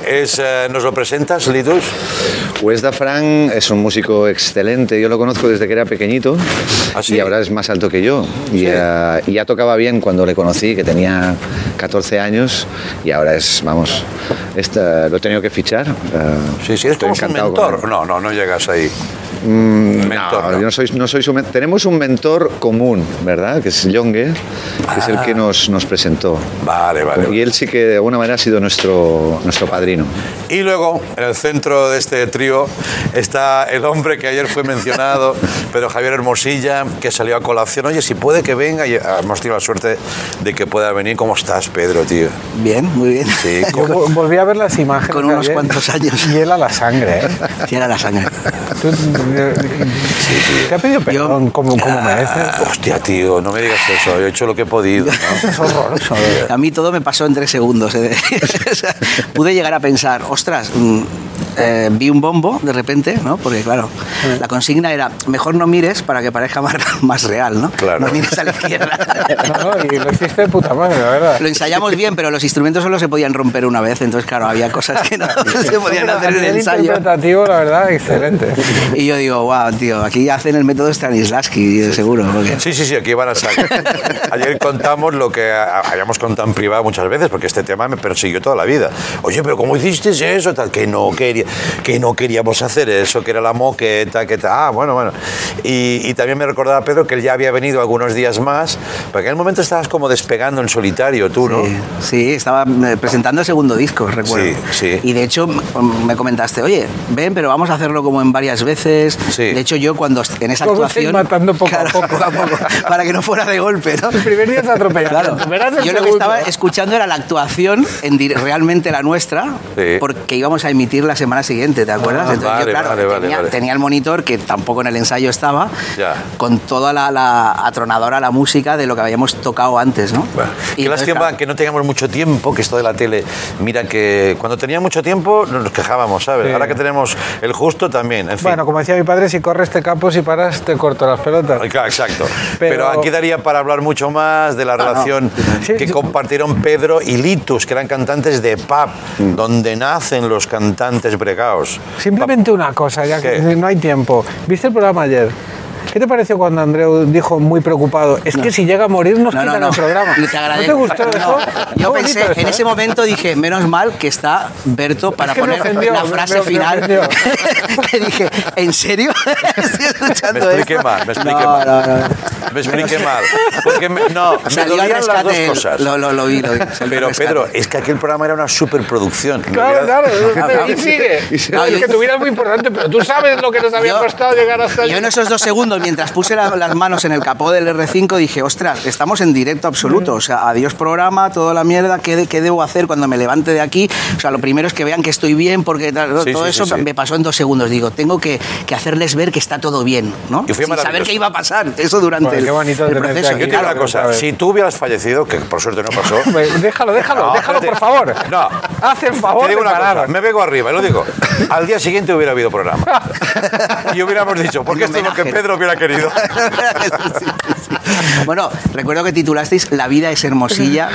[SPEAKER 4] Es, eh, ¿Nos lo presentas, Litus?
[SPEAKER 13] Wes Dafran Pues es un músico excelente, yo lo conozco desde que era pequeñito
[SPEAKER 4] ¿Ah, sí?
[SPEAKER 13] y ahora es más alto que yo. Y, eh, y ya tocaba bien cuando le conocí, que tenía 14 años y ahora es, vamos, esta- lo he tenido que fichar. eh,
[SPEAKER 4] Sí, sí, es
[SPEAKER 13] estoy
[SPEAKER 4] como su
[SPEAKER 13] encantado con él.
[SPEAKER 4] mentor. No, no, no llegas ahí.
[SPEAKER 13] Mm, no, yo no soy, no soy su men- Tenemos un mentor común, ¿verdad? Que es Jonge, que es el que nos, nos presentó.
[SPEAKER 4] Ah. Vale, vale.
[SPEAKER 13] Y él sí que de alguna manera ha sido nuestro, nuestro padrino.
[SPEAKER 4] Y luego, en el centro de este trío, está el hombre que ayer fue mencionado, pero Javier Hermosilla, que salió a colación. Oye, si puede que venga, y ah, hemos tenido la suerte de que pueda venir. ¿Cómo estás, Pedro, tío?
[SPEAKER 10] Bien, muy bien.
[SPEAKER 4] Sí,
[SPEAKER 5] Yo
[SPEAKER 4] ¿cómo?
[SPEAKER 5] vo- volví a ver las imágenes.
[SPEAKER 10] Con unos
[SPEAKER 5] ayer.
[SPEAKER 10] cuantos años.
[SPEAKER 5] Y él a la sangre, ¿eh?
[SPEAKER 10] Sí, era la sangre.
[SPEAKER 5] Tú- ¿Te ha pedido perdón como,
[SPEAKER 10] ah,
[SPEAKER 5] como mereces?
[SPEAKER 4] Hostia, tío, no me digas eso. Yo he hecho lo que he podido. ¿no?
[SPEAKER 5] Es horroroso.
[SPEAKER 10] A mí todo me pasó en tres segundos. ¿eh? O sea, Pude llegar a pensar, ostras, mm, eh, vi un bombo de repente, ¿no? Porque claro, la consigna era, mejor no mires para que parezca más, más real, ¿no?
[SPEAKER 4] Claro.
[SPEAKER 10] No mires a la izquierda.
[SPEAKER 5] No, no, y lo hiciste de puta madre, la verdad.
[SPEAKER 10] Lo ensayamos bien, pero los instrumentos solo se podían romper una vez, entonces claro, había cosas que no se podían
[SPEAKER 5] Pero
[SPEAKER 10] hacer
[SPEAKER 5] a
[SPEAKER 10] en el
[SPEAKER 5] nivel
[SPEAKER 10] ensayo.
[SPEAKER 5] interpretativo, la verdad, excelente.
[SPEAKER 10] Y yo digo, wow, tío, aquí hacen el método Stanislavski, de seguro. porque-
[SPEAKER 4] Sí, sí, sí, aquí van a sacar. Ayer contamos lo que a- habíamos contado en privado muchas veces, porque este tema me persiguió toda la vida. Oye, pero ¿cómo hiciste eso? Tal, que no, quería, que no queríamos hacer eso, que era la moqueta, que tal. Ah, bueno, bueno. Y, y también me recordaba Pedro que él ya había venido algunos días más, porque en el momento estabas como despegando en solitario tú, ¿no?
[SPEAKER 10] Sí, sí, estaba eh, presentando el segundo disco, recuerdo.
[SPEAKER 4] Sí, sí.
[SPEAKER 10] Y de hecho mm, me comentaste, oye, ven, pero vamos a hacerlo como en varias veces. De hecho yo cuando est- en esa
[SPEAKER 5] Todos
[SPEAKER 10] actuación...
[SPEAKER 5] ir matando poco
[SPEAKER 10] Claro,
[SPEAKER 5] a poco.
[SPEAKER 10] poco a poco, para que no fuera de golpe, ¿no?
[SPEAKER 5] El primer día te atropellaron.
[SPEAKER 10] Claro.
[SPEAKER 5] Verás el
[SPEAKER 10] Yo lo que
[SPEAKER 5] segundo.
[SPEAKER 10] estaba escuchando era la actuación, en dire- realmente la nuestra,
[SPEAKER 4] Sí.
[SPEAKER 10] porque íbamos a emitir la semana siguiente, ¿te acuerdas?
[SPEAKER 4] Ah,
[SPEAKER 10] Entonces
[SPEAKER 4] vale,
[SPEAKER 10] yo, claro,
[SPEAKER 4] vale, vale,
[SPEAKER 10] tenía,
[SPEAKER 4] vale.
[SPEAKER 10] tenía el monitor, que tampoco en el ensayo estaba,
[SPEAKER 4] Ya.
[SPEAKER 10] con toda la, la atronadora, la música de lo que habíamos tocado antes, ¿no?
[SPEAKER 4] Qué
[SPEAKER 10] entonces,
[SPEAKER 4] lástima
[SPEAKER 10] claro.
[SPEAKER 4] que no tengamos mucho tiempo, que esto de la tele. Mira que cuando tenía mucho tiempo nos quejábamos, ¿sabes?
[SPEAKER 5] Sí.
[SPEAKER 4] Ahora que tenemos el justo también, en fin.
[SPEAKER 5] Bueno, como decía mi padre, si corres te capo, si paras te corto las pelotas.
[SPEAKER 4] Claro, Exacto. Pero,
[SPEAKER 5] Pero-
[SPEAKER 4] aquí daría para hablar mucho más
[SPEAKER 10] Ah,
[SPEAKER 4] de la relación que compartieron Pedro y Litus, que eran cantantes de pub, donde nacen los cantantes bregaos.
[SPEAKER 5] Simplemente una cosa, ya que
[SPEAKER 4] ¿Qué?
[SPEAKER 5] no hay tiempo. ¿Viste el programa ayer? ¿Qué te pareció cuando Andreu dijo muy preocupado? Es que si llega a morir nos
[SPEAKER 10] No, no,
[SPEAKER 5] quitan
[SPEAKER 10] no.
[SPEAKER 5] el programa.
[SPEAKER 10] Te
[SPEAKER 5] ¿No
[SPEAKER 10] agradezco.
[SPEAKER 5] te gustó
[SPEAKER 10] No.
[SPEAKER 5] eso? Qué
[SPEAKER 10] Yo
[SPEAKER 5] bonito
[SPEAKER 10] pensé,
[SPEAKER 5] eso,
[SPEAKER 10] en
[SPEAKER 5] ¿eh?
[SPEAKER 10] ese momento dije, menos mal que está Berto para
[SPEAKER 5] que me
[SPEAKER 10] poner
[SPEAKER 5] ofendió,
[SPEAKER 10] la
[SPEAKER 5] me-
[SPEAKER 10] frase
[SPEAKER 5] me- me
[SPEAKER 10] final.
[SPEAKER 5] ofendió.
[SPEAKER 10] que dije, ¿en serio? Estoy
[SPEAKER 4] Me
[SPEAKER 10] escuchando
[SPEAKER 4] expliqué
[SPEAKER 10] esto.
[SPEAKER 4] mal, me expliqué
[SPEAKER 10] No,
[SPEAKER 4] mal.
[SPEAKER 10] no, no.
[SPEAKER 4] Me expliqué mal. Porque me- no, me
[SPEAKER 10] Salió al
[SPEAKER 4] dolían las dos
[SPEAKER 10] rescate,
[SPEAKER 4] cosas.
[SPEAKER 10] Lo, lo, lo vi, lo vi. salió
[SPEAKER 4] Pero
[SPEAKER 10] al rescate.
[SPEAKER 4] Pedro, es que aquel programa era una superproducción.
[SPEAKER 5] Claro, claro.
[SPEAKER 4] claro.
[SPEAKER 5] Y sigue.
[SPEAKER 13] Y
[SPEAKER 10] No,
[SPEAKER 5] Es
[SPEAKER 10] yo-
[SPEAKER 5] que tuvieras muy importante, pero tú sabes lo que nos había
[SPEAKER 10] Yo-
[SPEAKER 5] costado llegar hasta
[SPEAKER 10] Yo
[SPEAKER 5] allí.
[SPEAKER 10] en esos dos segundos, mientras puse la- las manos en el capó del R5, dije, ostras, estamos en directo absoluto. O sea, adiós programa, toda la mierda, ¿qué, de- qué debo hacer cuando me levante de aquí? O sea, lo primero es que vean que estoy bien, porque tal-
[SPEAKER 4] Sí,
[SPEAKER 10] todo
[SPEAKER 4] sí, sí,
[SPEAKER 10] eso
[SPEAKER 4] sí.
[SPEAKER 10] me pasó en dos segundos. Digo, tengo que, que hacerles ver que está todo bien, ¿no?
[SPEAKER 4] Y fue
[SPEAKER 10] Sin saber
[SPEAKER 4] maravilloso.
[SPEAKER 10] qué iba a pasar, eso durante
[SPEAKER 5] Joder,
[SPEAKER 10] el,
[SPEAKER 5] qué bonito
[SPEAKER 10] el
[SPEAKER 5] tenerte
[SPEAKER 10] proceso.
[SPEAKER 4] Yo
[SPEAKER 5] aquí.
[SPEAKER 4] te digo
[SPEAKER 10] Claro,
[SPEAKER 4] una cosa,
[SPEAKER 5] claro.
[SPEAKER 4] si tú hubieras fallecido, que por suerte no pasó,
[SPEAKER 5] Déjalo, déjalo,
[SPEAKER 4] No,
[SPEAKER 5] déjalo, por
[SPEAKER 4] espérate.
[SPEAKER 5] favor.
[SPEAKER 4] No.
[SPEAKER 5] Haz el favor
[SPEAKER 4] Te digo
[SPEAKER 5] de
[SPEAKER 4] una
[SPEAKER 5] parar.
[SPEAKER 4] cosa, me vengo arriba, y lo digo. Al día siguiente hubiera habido programa. Y hubiéramos dicho, porque esto es lo que Pedro hubiera querido.
[SPEAKER 10] Bueno, recuerdo que titulasteis La vida es hermosilla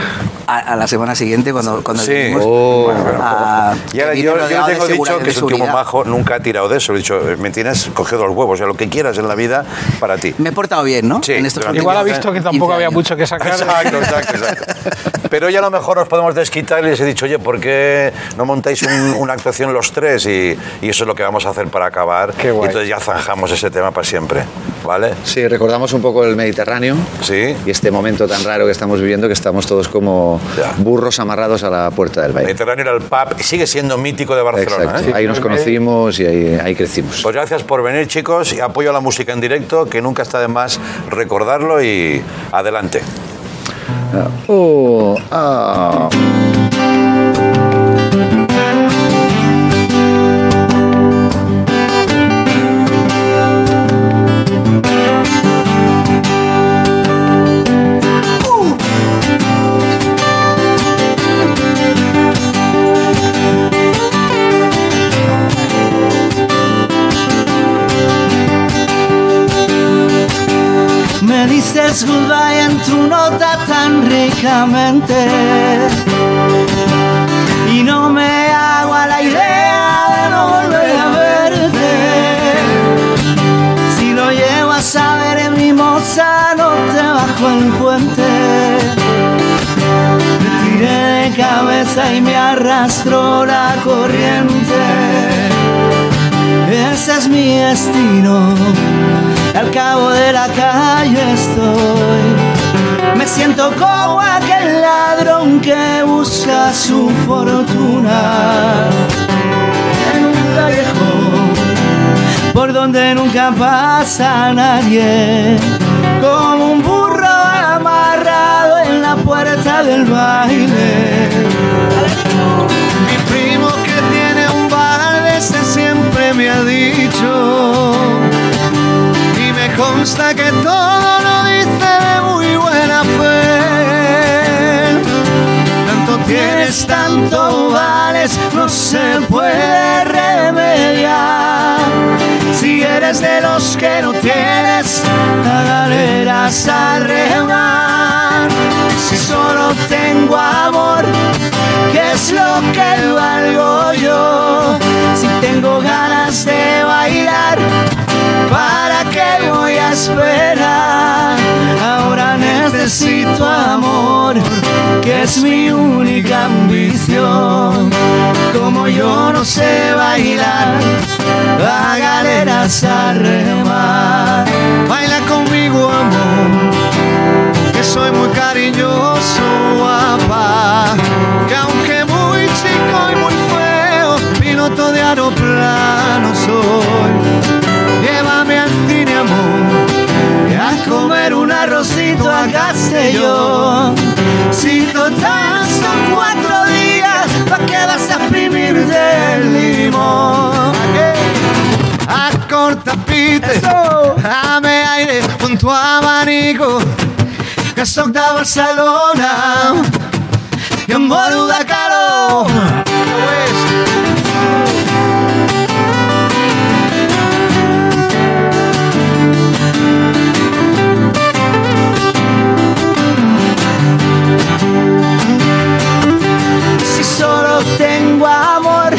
[SPEAKER 10] a, a la semana siguiente cuando, cuando
[SPEAKER 4] Sí. Oh.
[SPEAKER 10] vinimos. Ah,
[SPEAKER 4] Y ahora
[SPEAKER 10] que
[SPEAKER 4] yo,
[SPEAKER 10] vino
[SPEAKER 4] yo
[SPEAKER 10] rodeado de
[SPEAKER 4] tengo
[SPEAKER 10] seguridad-
[SPEAKER 4] dicho que
[SPEAKER 10] de
[SPEAKER 4] es un tipo
[SPEAKER 10] seguridad.
[SPEAKER 4] majo, nunca ha tirado de eso. He dicho, eh, me tienes cogido los huevos, o sea, lo que quieras en la vida para ti.
[SPEAKER 10] Me he portado bien, ¿no?
[SPEAKER 4] Sí,
[SPEAKER 10] En estos
[SPEAKER 4] durante-
[SPEAKER 5] Igual ha
[SPEAKER 10] últimos
[SPEAKER 5] visto que
[SPEAKER 10] 15
[SPEAKER 5] tampoco había
[SPEAKER 10] años.
[SPEAKER 5] mucho que sacar.
[SPEAKER 4] Exacto, exacto, exacto. Pero ya a lo mejor nos podemos desquitar y les he dicho, oye, ¿por qué no montáis un- una actuación los tres? Y, y eso es lo que vamos a hacer para acabar.
[SPEAKER 5] Qué
[SPEAKER 4] Y
[SPEAKER 5] guay.
[SPEAKER 4] entonces ya zanjamos Pues ese tema para siempre. ¿Vale?
[SPEAKER 13] Sí, recordamos un poco el Mediterráneo
[SPEAKER 4] Sí.
[SPEAKER 13] y este momento tan raro que estamos viviendo, que estamos todos como
[SPEAKER 4] Ya.
[SPEAKER 13] burros amarrados a la puerta del baile.
[SPEAKER 4] Mediterráneo era el pub, sigue siendo mítico de Barcelona.
[SPEAKER 13] Exacto.
[SPEAKER 4] ¿eh?
[SPEAKER 13] Ahí nos conocimos y ahí, ahí crecimos.
[SPEAKER 4] Pues gracias por venir, chicos, y apoyo a la música en directo, que nunca está de más recordarlo y adelante.
[SPEAKER 13] Oh, ah.
[SPEAKER 14] Uh. Me dices goodbye en tu nota tan ricamente Y no me hago a la idea de no volver a verte Si lo llevo a saber en mi moza no te bajo el puente Me tiré de cabeza y me arrastró la corriente Ese es mi destino. Al cabo de la calle estoy. Me siento como aquel ladrón que busca su fortuna. En un callejón por donde nunca pasa nadie. Como un burro amarrado en la puerta del baile.
[SPEAKER 15] Mi primo que tiene un bar, ese siempre me ha dicho. Y me consta que todo lo dice de muy buena fe. Tanto tienes, tanto vales, no se puede remediar. Si eres de los que no tienes, la galeras a remar. Si solo tengo amor, ¿qué es lo que valgo yo? Si tengo ganas de bailar, ¿para qué voy a esperar? Ahora necesito amor, que es mi única ambición. Como yo no sé bailar, a galeras a remar. Baila conmigo, amor, que soy muy cariñoso, guapa. Que aunque muy chico y muy feo, piloto de oh, aeroplano soy. Llévame al cine, amor, y a comer un arrocito a Castellón. Si total son cuatro días, ¿pa' qué vas a exprimir del limón? A cortapite, dame aire con tu abanico, que soc de Barcelona i em moro de calor.
[SPEAKER 14] Si solo tengo amor,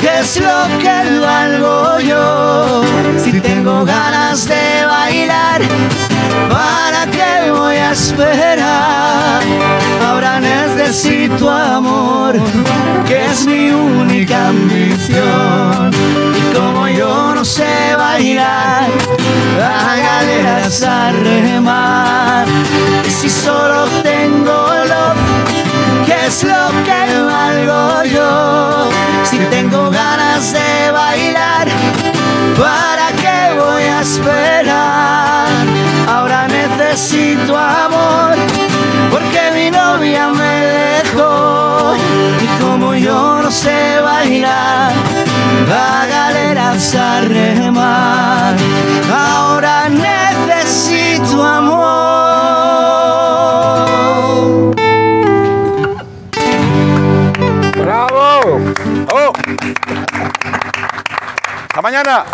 [SPEAKER 14] ¿qué es lo que valgo yo? Si tengo ganas de bailar,
[SPEAKER 15] ¿Para qué voy a esperar? Ahora necesito amor, que es mi única ambición. Y como yo no sé bailar, a galeras a remar. Y si solo tengo love, ¿qué es lo que valgo yo? Si tengo ganas de bailar, ¿para qué voy a esperar? Ahora necesito amor, porque mi novia me dejó. Y como yo no sé bailar, a galeras a remar. Ahora necesito amor.
[SPEAKER 5] ¡Bravo!
[SPEAKER 4] ¡Hasta mañana!